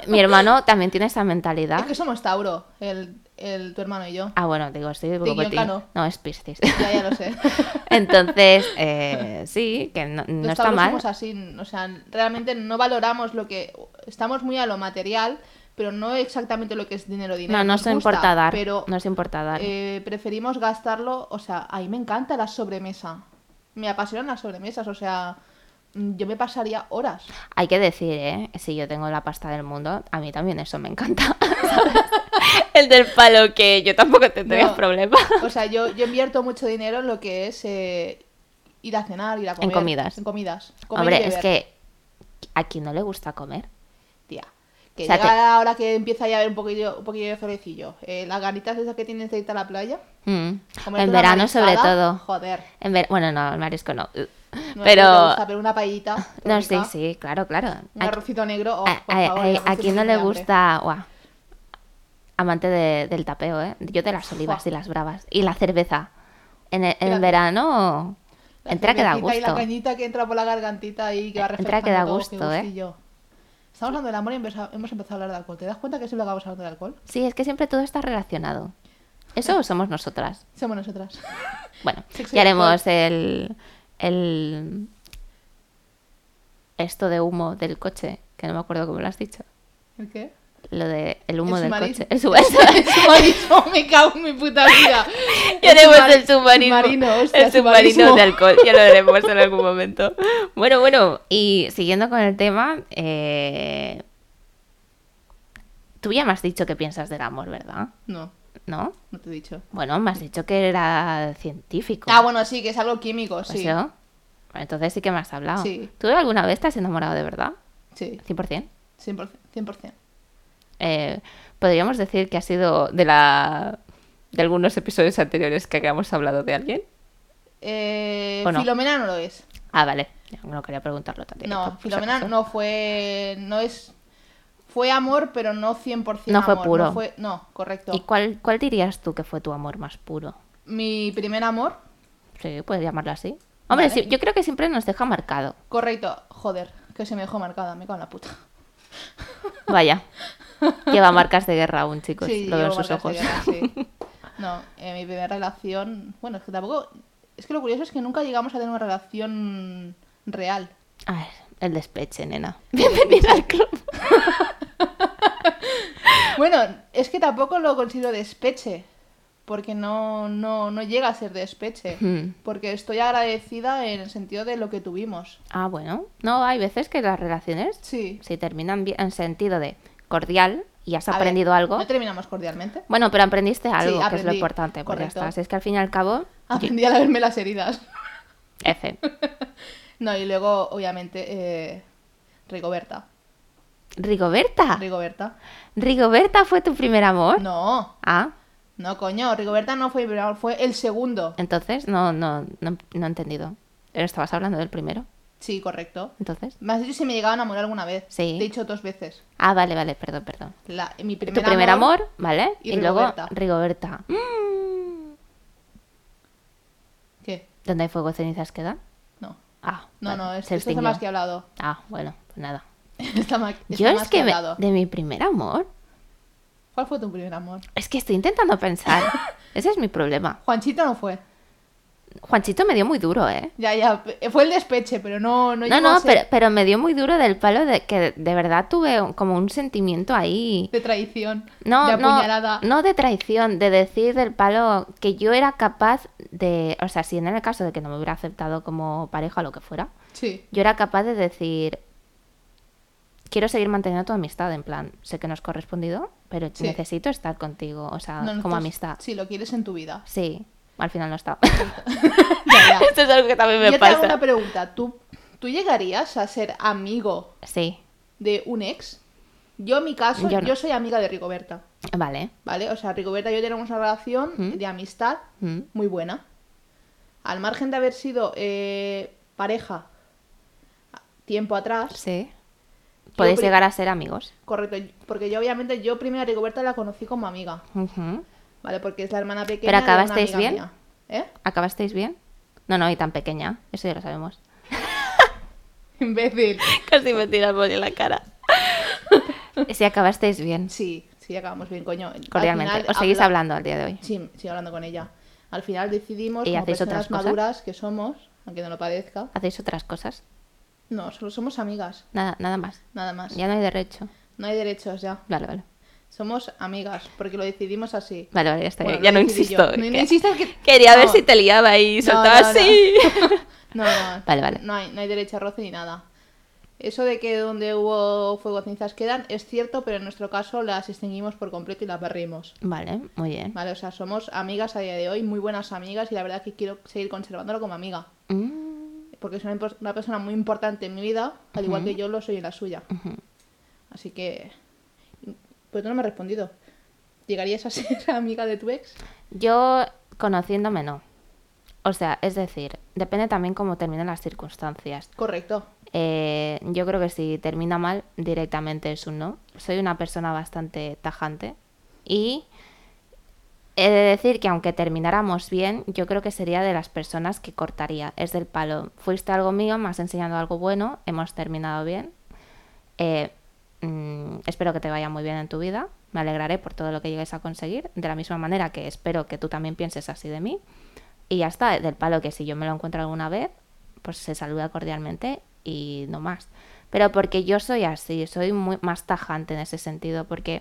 mi hermano también tiene esa mentalidad.
Es que somos Tauro, el, el, tu hermano y yo.
Ah, bueno, digo, estoy un poco
Tiquionca
tin-
no.
No, es Piscis.
Ya, ya lo sé.
Entonces, eh, sí, que no, no
Los
está
Tauros
mal.
somos así, o sea, realmente no valoramos lo que. Estamos muy a lo material, pero no exactamente lo que es dinero, dinero.
No, no
¿eh? nos
se
gusta,
importa dar.
Pero
No se importa dar.
eh, preferimos gastarlo, o sea, a mí me encanta la sobremesa. Me apasionan las sobremesas, o sea, mm, yo me pasaría horas.
Hay que decir, ¿eh? Si yo tengo la pasta del mundo, a mí también eso me encanta. ¿sabes? El del palo, que yo tampoco tendría
No.
problema.
O sea, yo, yo invierto mucho dinero en lo que es eh, ir a cenar, ir a comer.
comidas.
En comidas. Comer y
Hombre, es
beber.
que a quien no le gusta comer.
Tía, que
O sea,
llega
te-
la hora que empieza ya a haber un poquillo, un poquillo de solecillo. Eh, las ganitas esas que tienes de irte a la playa.
Mm.
comerte
En
una
verano, sobre
mariscada,
todo.
Joder.
En ver- Bueno, no, el marisco no.
no es que te
Pero.
gusta, pero una paellita.
No, sí,
rica,
sí, claro, claro.
Un
Aquí-
arrocito negro. oh,
a,
por
a-
favor,
a-
el
a
arrocito
quien no
sin
le
hambre.
gusta, guau, amante de- del tapeo, ¿eh? Yo de las olivas
Fua.
y las bravas. Y la cerveza. En el, en
Y la-
verano,
La
Entra que da
cervecita Y la
gusto.
cañita que entra por la gargantita y que va
Entra que
refrescando
da
todo, qué
gusto, ¿eh?
gustillo. Estamos hablando del amor y empeza- hemos empezado a hablar de alcohol. ¿Te das cuenta que siempre acabamos hablando de alcohol?
Sí, es que siempre todo está relacionado. Eso somos nosotras.
Somos nosotras.
Bueno,
Sexo y
ya haremos el, el- Esto de humo del coche, que no me acuerdo cómo lo has dicho.
¿El qué?
Lo de el humo
El
del
submarismo.
coche. El submarismo.
El submarismo, me cago en mi puta vida.
Ya haremos el submarino.
submarino. hostia,
el submarino
submarismo.
de alcohol. Ya lo haremos en algún momento. Bueno, bueno, y siguiendo con el tema, eh, tú ya me has dicho que piensas del amor, ¿verdad?
No,
¿No?
no te he dicho.
Bueno, me has dicho que era científico. ¿Pues
Ah, bueno, sí, que es algo químico, sí.
Eso. Bueno, entonces sí que me has hablado.
Sí.
¿Tú alguna vez te has enamorado de verdad?
Sí,
100%.
100%. 100%.
Eh, Podríamos decir que ha sido de la de algunos episodios anteriores que hayamos hablado de alguien.
Eh,
¿O no?
Filomena no lo es.
Ah, vale. No quería preguntarlo tan directo,
No,
por si
Filomena
acaso.
no fue. No es. Fue amor, pero no 100%
No fue
amor,
puro.
No, fue- no, correcto.
¿Y cuál, cuál dirías tú que fue tu amor más puro?
Mi primer amor,
Sí, puedes llamarlo así. Hombre,
Vale.
sí, yo creo que siempre nos deja marcado.
correcto. Joder, que se me dejó marcada, me cago en la puta.
Vaya. Lleva marcas de guerra aún, chicos.
sí,
lo veo en
llevo
sus ojos.
marcas de guerra, sí. No, eh, mi primera relación. Bueno, es que tampoco. Es que lo curioso es que nunca llegamos a tener una relación real.
A ver, el despeche, nena. Bienvenida al club.
Bueno, es que tampoco lo considero despeche, porque no, no, no llega a ser despeche,
Hmm.
porque estoy agradecida en el sentido de lo que tuvimos.
Ah, bueno. No, hay veces que las relaciones
Sí.
se terminan bien, en sentido de cordial y has
A ver,
aprendido algo.
No terminamos cordialmente.
Bueno, pero aprendiste algo, que es lo
aprendí.
importante. Pues ya
Correcto.
está. Si es que al fin y al cabo,
Aprendí a lavarme las heridas.
F.
No, y luego, obviamente, eh, Rigoberta.
¿Rigoberta?
Rigoberta.
¿Rigoberta fue tu primer amor?
No,
Ah,
no, coño, Rigoberta no fue el primer amor, fue el segundo.
entonces no, no, no, no he entendido. Pero estabas hablando del primero,
Sí, correcto.
entonces.
Me has dicho si me llegaba a enamorar alguna vez.
Sí.
Te he dicho dos veces.
Ah, vale, vale, perdón, perdón.
La- mi primer
tu primer amor, ¿vale?
y
luego
Rigoberta.
Rigoberta. Mm.
¿Qué?
¿Dónde hay fuego cenizas queda?
No.
Ah,
No,
vale,
no, es,
se
esto es
extinguió.
más que he hablado.
Ah, bueno, pues nada.
Está ma- está
Yo
más
es que me-
hablado.
de mi primer amor,
¿Cuál fue tu primer amor?
es que estoy intentando pensar. Ese es mi problema.
Juanchito no fue.
Juanchito me dio muy duro, ¿eh?
Ya, ya. pe- Fue el despeche, pero no. No,
No,
llegó
no,
a ser
pero, pero me dio muy duro del palo de que de verdad tuve un- como un sentimiento ahí.
De traición.
No,
de
no,
apuñalada.
no de traición, de decir del palo que yo era capaz de, o sea, si en el caso de que no me hubiera aceptado como pareja o lo que fuera,
Sí.
yo era capaz de decir, quiero seguir manteniendo tu amistad, en plan, sé que no has correspondido, pero
Sí.
necesito estar contigo, o sea,
No, no
Ah, como
estás-
amistad.
Si lo quieres en tu vida.
Sí, al final no está.
Ya, ya.
Esto es algo que también
Yo
me
te hago
pasa.
una pregunta. ¿Tú, ¿Tú llegarías a ser amigo
Sí,
de un ex? Yo, en mi caso,
Yo
yo,
no.
soy amiga de Rigoberta.
vale.
¿Vale? O sea, Rigoberta y yo tenemos una relación
¿Mm?
de amistad
Mm.
muy buena. Al margen de haber sido eh, pareja tiempo atrás,
Sí. Podéis
pri-
llegar a ser amigos.
Correcto, porque yo obviamente yo primero a Rigoberta la conocí como amiga,
Ujú.
¿vale? Porque es la hermana pequeña.
¿Pero
de una
acabasteis
amiga
bien?
mía. ¿Eh?
¿Acabasteis bien? No, no, y tan pequeña. Eso ya lo sabemos.
Imbécil.
Casi me tiras por la cara. si acabasteis bien,
Sí, sí, acabamos bien, coño. Al
cordialmente.
final
Os seguís
habla-
hablando al día de hoy.
Sí, sigo hablando con ella. Al final decidimos,
¿Y
como
hacéis
personas
otras cosas?
maduras que somos, aunque no lo parezca,
¿Hacéis otras cosas?
no, solo somos amigas,
Nada, nada más.
nada más.
Ya no hay derecho.
No hay derechos ya.
Vale, vale.
Somos amigas, porque lo decidimos así.
Vale, vale, ya está.
Bueno,
ya
lo
no
decidí
insisto.
yo. No, no
Que-
insistas que-
Quería ver
no.
si te liaba y soltaba
no, no.
así.
No, no,
Vale, vale.
No hay, no hay derecho a roce ni nada. Eso de que donde hubo fuego cenizas quedan es cierto, pero en nuestro caso las extinguimos por completo y las barrimos.
Vale, muy bien.
Vale, o sea, somos amigas a día de hoy, muy buenas amigas y la verdad que quiero seguir conservándolo como amiga.
Mm,
Porque es una, impor- una persona muy importante en mi vida, al igual que yo lo soy en la suya.
ujú.
Así que... Pues tú no me has respondido. ¿Llegarías a ser amiga de tu ex?
Yo, conociéndome, no. O sea, es decir, depende también cómo terminen las circunstancias.
Correcto.
Eh, yo creo que si termina mal, directamente es un no. Soy una persona bastante tajante y He de decir que aunque termináramos bien, yo creo que sería de las personas que cortaría. Es del palo. Fuiste algo mío, me has enseñado algo bueno, hemos terminado bien. Eh, mm, espero que te vaya muy bien en tu vida. Me alegraré por todo lo que llegues a conseguir. De la misma manera que espero que tú también pienses así de mí. Y ya está, del palo que si yo me lo encuentro alguna vez, pues se saluda cordialmente y no más. Pero porque yo soy así, soy muy más tajante en ese sentido, porque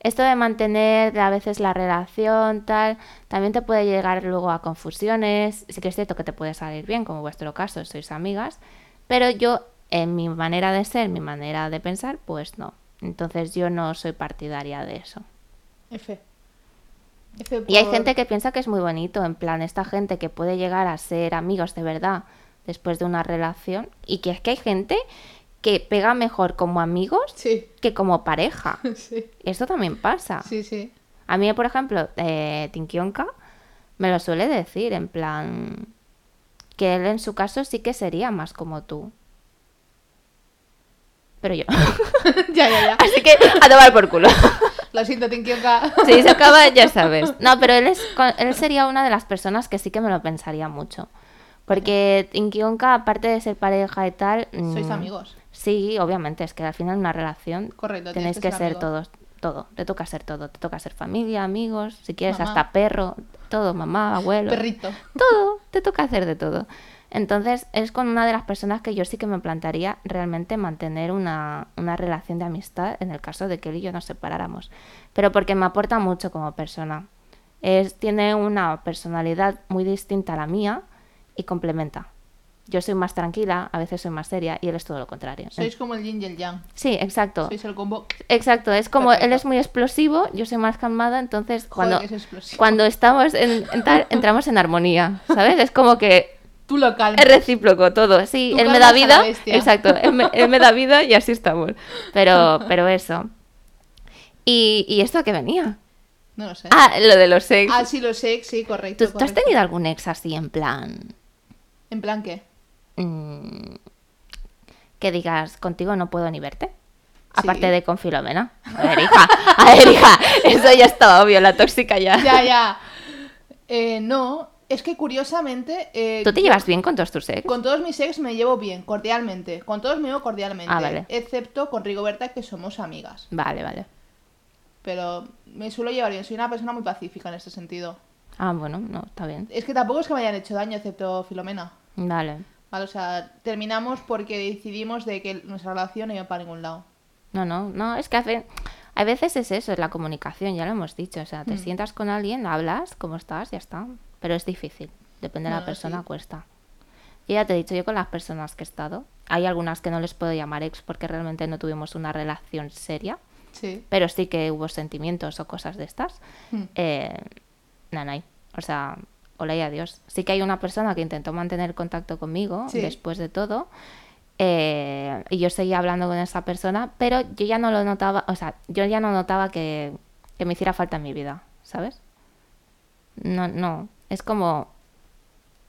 esto de mantener a veces la relación, tal, también te puede llegar luego a confusiones. Sí que es cierto que te puede salir bien, como en vuestro caso, sois amigas, pero yo, en mi manera de ser, mi manera de pensar, pues no. Entonces yo no soy partidaria de eso.
F. F
Y hay
por-
gente que piensa que es muy bonito, en plan, esta gente que puede llegar a ser amigos de verdad después de una relación, y que es que hay gente que pega mejor como amigos
Sí,
que como pareja.
sí,
Esto también pasa.
sí, sí.
A mí, por ejemplo, eh, Tinkionka me lo suele decir, en plan, que él en su caso sí que sería más como tú. Pero yo.
ya, ya, ya.
Así que a tomar por culo.
Lo siento, Tinkionka.
Si se acaba, ya sabes. No, pero él, es, con- él sería una de las personas que sí que me lo pensaría mucho. Porque Tinkionka, aparte de ser pareja y tal...
Sois
mm,
amigos.
Sí, obviamente, es que al final en una relación
Correcto,
tenéis
tienes que
que
ser
ser
amigo.
todos, todo, te toca ser todo, te toca ser familia, amigos, si quieres
Mamá.
hasta perro, todo, mamá, abuelo,
Perrito.
Eh. todo, te toca hacer de todo. Entonces es con una de las personas que yo sí que me plantaría realmente mantener una, una relación de amistad en el caso de que él y yo nos separáramos, pero porque me aporta mucho como persona. Es, tiene una personalidad muy distinta a la mía y complementa. Yo soy más tranquila, a veces soy más seria y él es todo lo contrario.
Sois como el yin y el yang.
Sí, exacto.
Sois el combo.
Exacto, es como él
Perfecto.
es muy explosivo, yo soy más calmada, entonces cuando,
que es explosivo.
cuando estamos en, en tal, entramos en armonía, ¿sabes? Es como que
Tú lo calmas.
es recíproco todo. Sí,
Tú
él me da
calmas a la
vida,
bestia.
exacto, él me, él me da vida y así estamos. Pero, pero eso. ¿Y, y esto a qué venía?
No lo sé.
Ah, lo de los ex.
¿Eh? Ah, sí, los ex, sí,
¿Tú, tú
correcto.
has
correcto.
tenido algún ex así en plan
¿En plan qué?
mm, que digas, contigo no puedo ni verte? Aparte
Sí.
de con Filomena. A ver, hija, a ver, hija, eso ya estaba obvio, la tóxica ya.
Ya, ya. Eh, no, es que curiosamente. eh,
¿Tú te llevas bien con todos tus ex?
Con todos mis ex me llevo bien, cordialmente. Con todos me llevo cordialmente.
Ah, vale.
Excepto con Rigoberta, que somos amigas.
Vale, vale.
Pero me suelo llevar bien. Soy una persona muy pacífica en este sentido.
Ah, bueno, no, está bien.
Es que tampoco es que me hayan hecho daño, excepto Filomena.
Vale.
Vale, o sea, terminamos porque decidimos de que nuestra relación no iba para ningún lado.
No, no, no, es que hace... A veces es eso, es la comunicación, ya lo hemos dicho. O sea, te sientas con alguien, hablas, cómo estás, ya está. Pero es difícil, depende de
No,
la persona,
sí.
cuesta. Yo ya te he dicho, yo con las personas que he estado, hay algunas que no les puedo llamar ex porque realmente no tuvimos una relación seria,
Sí.
pero sí que hubo sentimientos o cosas de estas.
Hmm.
Eh, nanay. O sea, hola y adiós. Sí que hay una persona que intentó mantener contacto conmigo
Sí.
después de todo. eh, y yo seguía hablando con esa persona, pero yo ya no lo notaba, o sea, yo ya no notaba que, que me hiciera falta en mi vida, ¿sabes? No, no. Es como.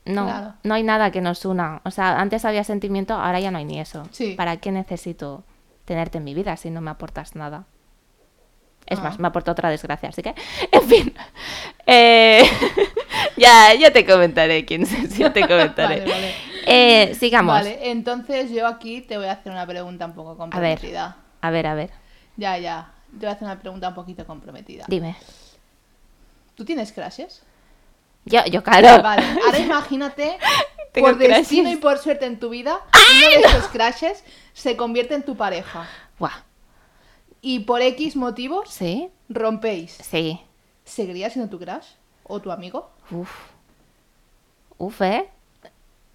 No,
Claro.
no hay nada que nos una. O sea, antes había sentimiento, ahora ya no hay ni eso.
Sí.
¿Para qué necesito tenerte en mi vida si no me aportas nada? Es
Ah.
más, me aportó otra desgracia, así que, en fin. Eh, ya, ya te comentaré quién es, ya te comentaré.
Vale, vale.
Eh, sigamos.
Vale, entonces yo aquí te voy a hacer una pregunta un poco
A ver.
comprometida.
A ver, a ver,
Ya, ya. Te voy a hacer una pregunta un poquito comprometida.
dime.
¿Tú tienes crashes?
Yo, yo, claro.
Vale, ahora imagínate,
Ah, Tengo
por destino
crashes. ¡Ah,
y por suerte en tu vida, uno de esos crashes se convierte en tu pareja.
Buah,
Y por X motivos
Sí,
rompéis.
sí.
¿Seguiría siendo tu crash? ¿O tu amigo?
Uf. Uf, ¿eh?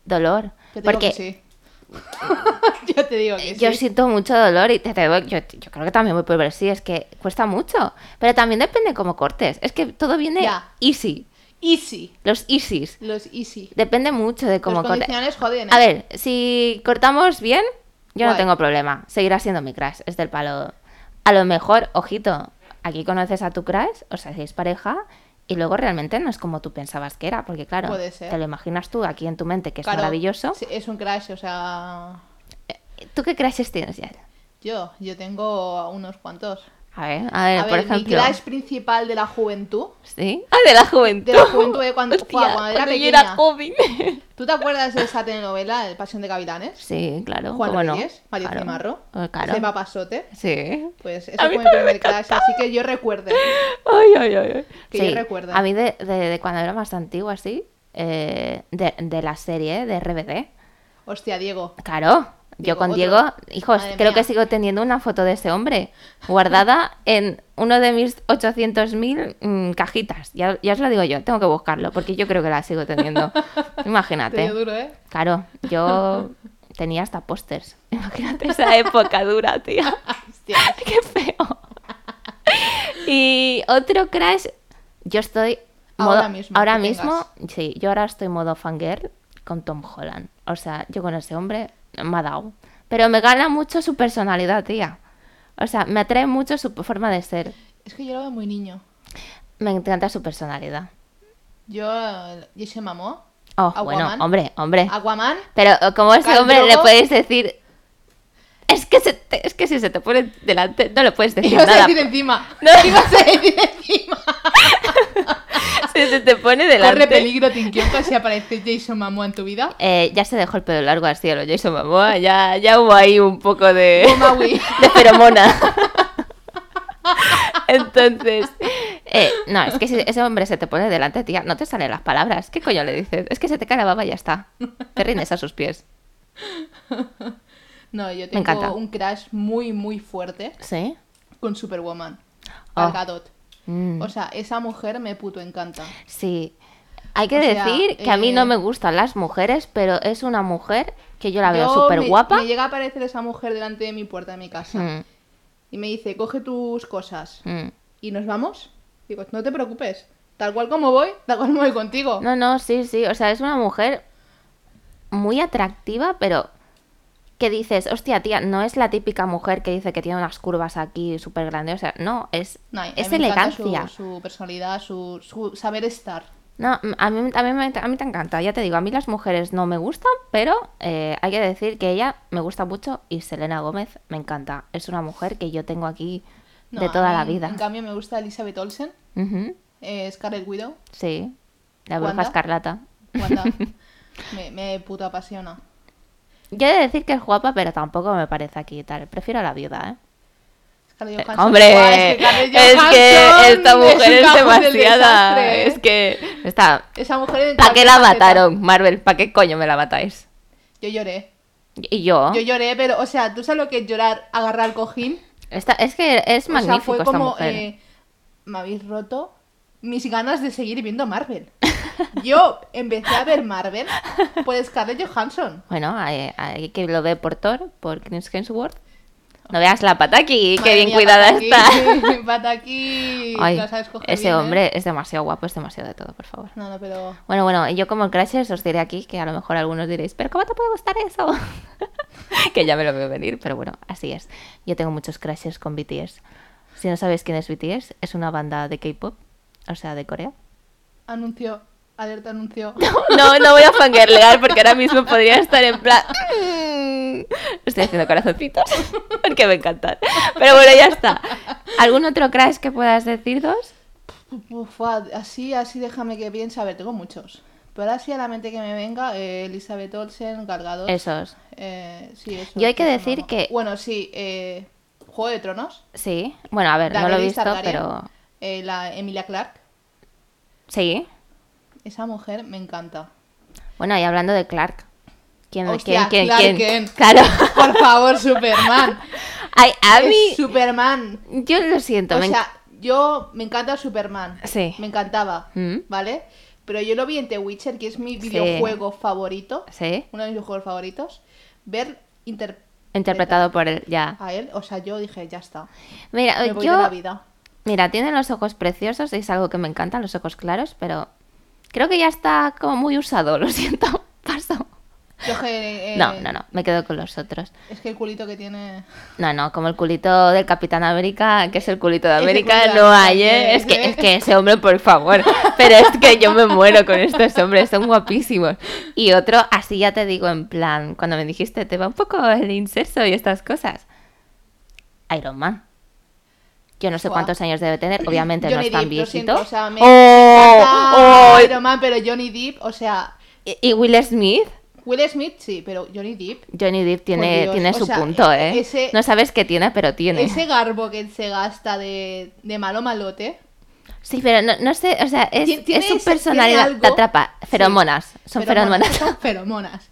Dolor.
Yo te digo
Porque Eh,
que sí. yo te digo que
yo
sí.
siento mucho dolor y te debo- yo, yo creo que también voy por ver, sí, es que cuesta mucho. Pero también depende cómo cortes. Es que todo viene
Ya.
easy.
Easy.
Los easys.
Los easy.
Depende mucho de cómo
Los
cortes.
condicionales joden. ¿eh?
A ver, si cortamos bien, yo no
Guay.
tengo problema. Seguirá siendo mi crush, es del palo. A lo mejor, ojito, aquí conoces a tu crush, o sea, si es pareja, y luego realmente no es como tú pensabas que era, porque claro,
Puede ser.
te lo imaginas tú aquí en tu mente que es
Claro,
maravilloso.
sí, Es un crash, o sea...
¿Tú qué crushes tienes ya?
Yo, yo tengo unos cuantos.
A ver, a ver,
A
por
ver, mi
ejemplo.
crush principal de la juventud.
¿Sí? Ah, de la juventud.
De la juventud de cuando,
Hostia,
Juan, cuando era
yo era
pequeña.
joven.
¿Tú te acuerdas de esa telenovela, El Pasión de Gavilanes?
Sí, claro.
Juan
cómo no.
Reyes, María
Claro.
Cimarro,
Eh, Claro.
Seba Pasote.
Sí.
Pues eso
A mí
fue mi
también me
primer crush, así que yo recuerde.
Ay, ay, ay. ay.
Que yo recuerde.
A mí de, de, de cuando era más antigua, así, eh, de, de la serie de RBD.
Hostia, Diego.
Claro.
Diego,
yo con
otro.
Diego, hijos,
Madre
creo
mía.
que sigo teniendo una foto de ese hombre guardada en uno de mis 800.000 mm, cajitas. Ya, ya os lo digo yo, tengo que buscarlo porque yo creo que la sigo teniendo.
Te dio
Imagínate.
duro, ¿eh?
Claro, yo tenía hasta pósters. Imagínate esa época dura, tía.
Hostia.
Qué feo. Y otro crash, yo estoy...
Ahora
modo-
mismo,
Ahora
que
mismo, sí, yo ahora estoy modo fangirl con Tom Holland. O sea, yo con ese hombre me ha dado. Pero me gana mucho su personalidad, tía. O sea, me atrae mucho su forma de ser.
Es que yo lo veo muy niño.
Me encanta su personalidad.
Yo, Jason Mamó.
Oh, bueno, hombre, hombre.
Aquaman.
Pero eh, como ese
Khal
hombre le
Drogo.
puedes decir... Es que, se te- es que si se te pone delante, no le puedes decir
Ibas a
nada.
decir encima.
No.
Ibas a decir encima.
Si se te pone
Corre
delante...
peligro, Tinkyonko, si aparece Jason Momoa en tu vida.
Eh, ya se dejó el pelo largo al cielo, Jason Momoa, ya, ya hubo ahí un poco de,
Oh, Maui.
de feromona. Entonces, eh, no, es que si ese hombre se te pone delante, tía, no te salen las palabras. ¿Qué coño le dices? Es que se te cae la baba y ya está. Te rindes a sus pies.
No, yo
encanta.
tengo un crash muy, muy fuerte
¿Sí?
con Superwoman.
Oh.
Gal Gadot.
Mm,
O sea, esa mujer me puto encanta.
sí. Hay que
O sea,
decir que a mí no
eh,
me gustan las mujeres, pero es una mujer que yo la veo
Yo
súper
me-
guapa. Mm.
Me, llega a aparecer esa mujer delante de mi puerta de mi casa y me dice, coge tus cosas y nos vamos. Digo, no te preocupes, tal cual como voy, tal cual me voy contigo.
No, no, sí, sí. O sea, es una mujer muy atractiva, pero que dices, hostia, tía, no es la típica mujer que dice que tiene unas curvas aquí súper grandiosas. No, es,
No, a mí
es
me encanta su-
elegancia.
Su, personalidad, su, su saber estar.
No, a mí, a, mí me, a mí te encanta, ya te digo, a mí las mujeres no me gustan, pero eh, hay que decir que ella me gusta mucho y Selena Gómez me encanta. Es una mujer que yo tengo aquí
No,
de
a
toda
mí,
la vida.
En cambio, me gusta Elizabeth Olsen,
Ujú,
eh, Scarlett Widow,
Sí, la bruja
¿Wanda?
escarlata.
Wanda. me, me puto apasiona.
Yo he de decir que es guapa, pero tampoco me parece aquí tal. Prefiero a la viuda, ¿eh?
Scarlett
Eh,
Johansson. Buah,
Hombre,
es que, Scarlett
es
Johansson
que esta mujer
un
es
cajón del
demasiada.
desastre, ¿eh?
Es que está.
Esa mujer en
¿Para qué
cualquier
la
faceta.
mataron, Marvel? ¿Para qué coño me la matáis?
Yo lloré.
Y yo.
Yo lloré, pero, o sea, ¿tú sabes lo que es llorar, agarrar cojín?
Esta- es que es
o sea,
magnífico
fue
esta
como,
mujer.
eh, me habéis roto mis ganas de seguir viendo Marvel. Yo empecé a ver Marvel por Scarlett Johansson.
Bueno, hay, hay que lo ve por Thor, por Chris Hemsworth. No veas la pata aquí, qué bien cuidada está.
está. Pataki,
Ay,
lo sabes coger
ese
bien, ¿eh?
hombre es demasiado guapo, es demasiado de todo, por favor.
No, no, pero...
Bueno, bueno, yo como Crashers os diré aquí que a lo mejor algunos diréis, pero ¿cómo te puede gustar eso? que ya me lo veo venir, pero bueno, así es. Yo tengo muchos Crashers con BTS. Si no sabéis quién es BTS, es una banda de K-pop, o sea, de Corea.
Anunció, alerta anunció.
No, no voy a fangirlear porque ahora mismo podría estar en plan. "Mm". Estoy haciendo corazoncitos porque me encantan. Pero bueno, ya está. ¿Algún otro crash que puedas decir dos?
Uf, así, así déjame que piense. A ver, tengo muchos. Pero así a la mente que me venga, eh, Elizabeth Olsen, Gargados.
Esos.
Eh, sí, eso,
Yo hay que
eso,
decir
mamá.
que-
Bueno, sí, eh, Juego de Tronos.
Sí. Bueno, a ver, no lo he
Daenerys
visto,
Targaryen,
pero.
eh, la Emilia Clark.
Sí.
Esa mujer me encanta.
Bueno, y hablando de Clark. ¿Quién,
Hostia,
quién,
Clark
quién, quién?
Kent.
Claro.
Por favor, Superman.
Ay, a mí.
Es Superman.
Yo lo siento.
O
me enc-
sea, yo me encanta Superman.
Sí.
Me encantaba,
Mm.
¿vale? Pero yo lo vi en The Witcher, que es mi videojuego favorito.
Sí.
Uno de mis videojuegos favoritos. Ver inter-
Interpretado por él, ya.
a él, o sea, yo dije, ya está.
Mira,
Ah, Me voy
Eh, yo.
de la vida.
Mira, tiene los ojos preciosos, es algo que me encanta, los ojos claros, pero creo que ya está como muy usado, lo siento, paso.
Yo que, eh,
No, no, no, me quedo con los otros.
Es que el culito que tiene.
No, no, como el culito del Capitán América, que es el culito de
Ese
América,
culito
no
de
hay, ¿eh?
América,
Es que,
ese.
es que ese hombre, por favor, pero es que yo me muero con estos hombres, son guapísimos. Y otro, así ya te digo, en plan, cuando me dijiste, te va un poco el incesto y estas cosas. Iron Man. Yo no sé
Buah.
cuántos años debe tener, obviamente no
Johnny
es tan
Depp, lo siento,
viejito.
o sea, me
¡Oh!
encanta
¡Oh!
Iron Man, pero Johnny Depp, o sea,
Y, y Will Smith,
Will Smith sí, pero Johnny Depp,
Johnny Depp tiene,
Dios,
tiene
o
su
sea, e-
punto, ¿eh?
ese-
No sabes qué tiene, pero tiene.
ese garbo que se gasta de, de malo malote,
Sí, pero no, no sé, o sea, es,
Tien- tiene
es su
ese- tiene
personalidad,
algo-
te atrapa.
sí.
Feromonas, son feromonas.
Son feromonas.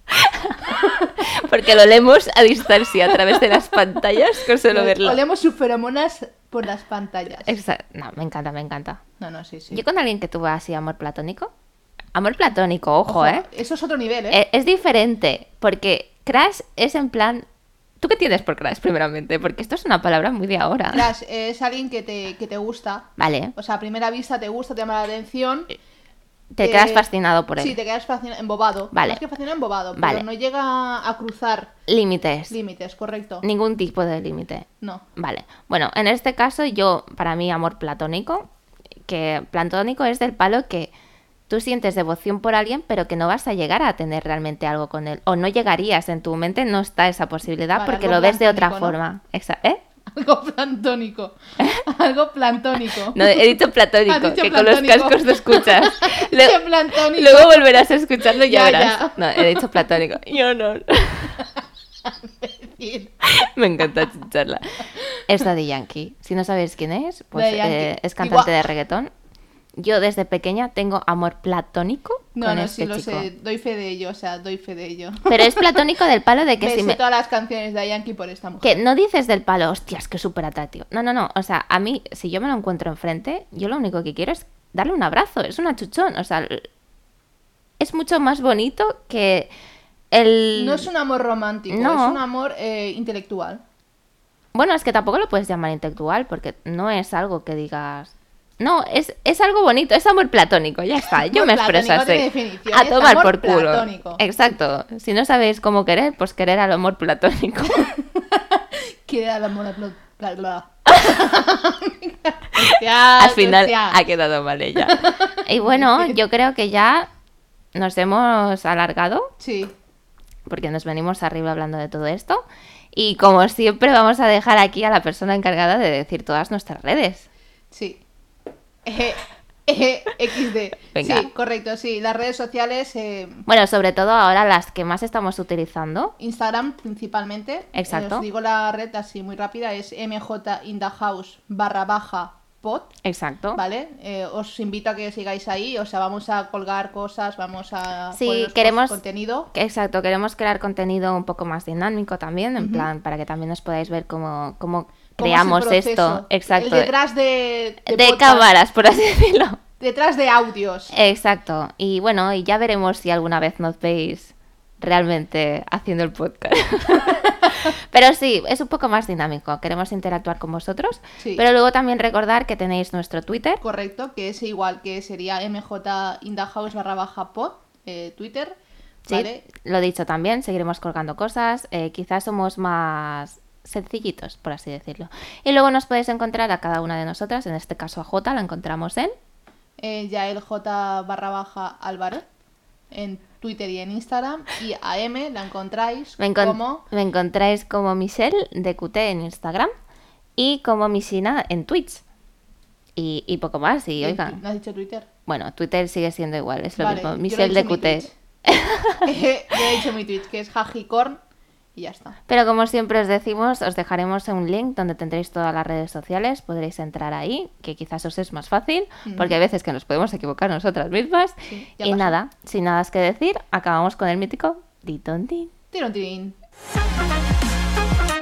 Porque lo leemos a distancia, a través de las pantallas, con solo verlo.
Olemos sus feromonas por las pantallas.
Exacto. No, me encanta, me encanta.
No, no, sí, sí.
Yo con alguien que tuve así amor platónico. Amor platónico, ojo,
Ojo,
¿eh?
Eso es otro nivel, ¿eh?
E- Es diferente, porque crash es en plan... ¿Tú qué tienes por crash, primeramente? Porque esto es una palabra muy de ahora.
Crash, es alguien que te, que te gusta.
Vale,
O sea, a primera vista te gusta, te llama la atención.
te quedas fascinado Eh, por él.
Eh, Sí, te quedas fascinado, embobado.
Vale.
Es que fascinado, embobado.
Vale.
Pero no llega a cruzar
Límites.
límites, correcto.
Ningún tipo de límite.
No.
Vale. Bueno, en este caso yo, para mí, amor platónico, que platónico es del palo que tú sientes devoción por alguien, pero que no vas a llegar a tener realmente algo con él. O no llegarías, en tu mente no está esa posibilidad
Vale,
porque
algo
lo ves de otra
platónico, ¿no?
forma. Exa- ¿eh?
Algo plantónico. Algo plantónico.
No, he dicho platónico,
Oh. Has dicho
que con
platónico.
los cascos no escuchas.
He
Lue-
dicho platónico.
Luego volverás a escucharlo y ya,
Ya,
verás.
ya.
No, he dicho platónico. Yo no.
decir,
Me encanta chicharla. Es Daddy Yankee. Si no sabéis quién es, pues
Daddy Yankee.
eh, es cantante
Igual.
de reggaetón. Yo desde pequeña tengo amor platónico
No,
con
no,
este
sí lo
chico.
sé. Doy fe de ello, o sea, doy fe de ello.
Pero es platónico del palo de que
Me
si
sé
me...
todas las canciones de Yankee por esta mujer.
Que no dices del palo, hostias, que súper atractivo. No, no, no. O sea, a mí, si yo me lo encuentro enfrente, yo lo único que quiero es darle un abrazo. Es un achuchón. O sea, l- es mucho más bonito que el...
No es un amor romántico,
No.
es un amor eh, intelectual.
Bueno, es que tampoco lo puedes llamar intelectual porque no es algo que digas. No, es, es algo bonito, es amor platónico, ya está. Yo
Amor
me expreso
platónico tiene
así.
definición,
A
es
tomar
amor
por culo.
platónico.
Exacto. Si no sabéis cómo querer, pues querer al amor platónico.
Que era el amor a pla- bla, bla.
al final ha quedado mal ella. Y bueno, yo creo que ya nos hemos alargado
Sí.
porque nos venimos arriba hablando de todo esto. Y como siempre, vamos a dejar aquí a la persona encargada de decir todas nuestras redes.
Sí. Eje, eje, XD.
Venga.
Sí, correcto, sí. Las redes sociales, eh,
Bueno, sobre todo ahora las que más estamos utilizando.
Instagram principalmente.
Exacto.
Eh, os digo la red así muy rápida, es mjindahouse barra baja pod,
Exacto.
¿vale? Eh, os invito a que sigáis ahí, o sea, vamos a colgar cosas, vamos a
Sí,
poneros
queremos-
contenido.
Que- Exacto, queremos crear contenido un poco más dinámico también, en plan, para que también os podáis ver cómo, cómo,
¿Cómo es el
creamos
proceso?
esto. Exacto.
El detrás de,
de
podcast,
cámaras, por así decirlo.
Detrás de audios.
Exacto. Y bueno, y ya veremos si alguna vez nos veis realmente haciendo el podcast. pero sí, es un poco más dinámico. Queremos interactuar con vosotros.
Sí.
Pero luego también recordar que tenéis nuestro Twitter.
Correcto, que es igual que sería mjindahouse barra baja pod, eh, Twitter.
Sí,
¿Vale?
lo dicho también, seguiremos colgando cosas. eh, quizás somos más sencillitos, por así decirlo. Y luego nos podéis encontrar a cada una de nosotras, en este caso a Jota, la encontramos en.
eh, Yael J barra baja Álvarez en Twitter y en Instagram y a M la encontráis
Me, encon-
como
me encontráis como Michelle de QT en Instagram y como Misina en Twitch. Y, y poco más, y
Eh,
oigan.
¿no has dicho Twitter?
Bueno, Twitter sigue siendo igual, es lo
Vale,
mismo.
yo lo he
Michelle
dicho
de
en mi
QT.
Twitch. yo he dicho mi Twitch que es Jajicorn y ya está.
Pero como siempre os decimos, os dejaremos un link donde tendréis todas las redes sociales, podréis entrar ahí, que quizás os es más fácil, porque hay veces que nos podemos equivocar nosotras mismas.
Sí,
y
ya pasa.
nada, sin nada más que decir, acabamos con el mítico Ditontin.
Tiron tirín.
Thank you.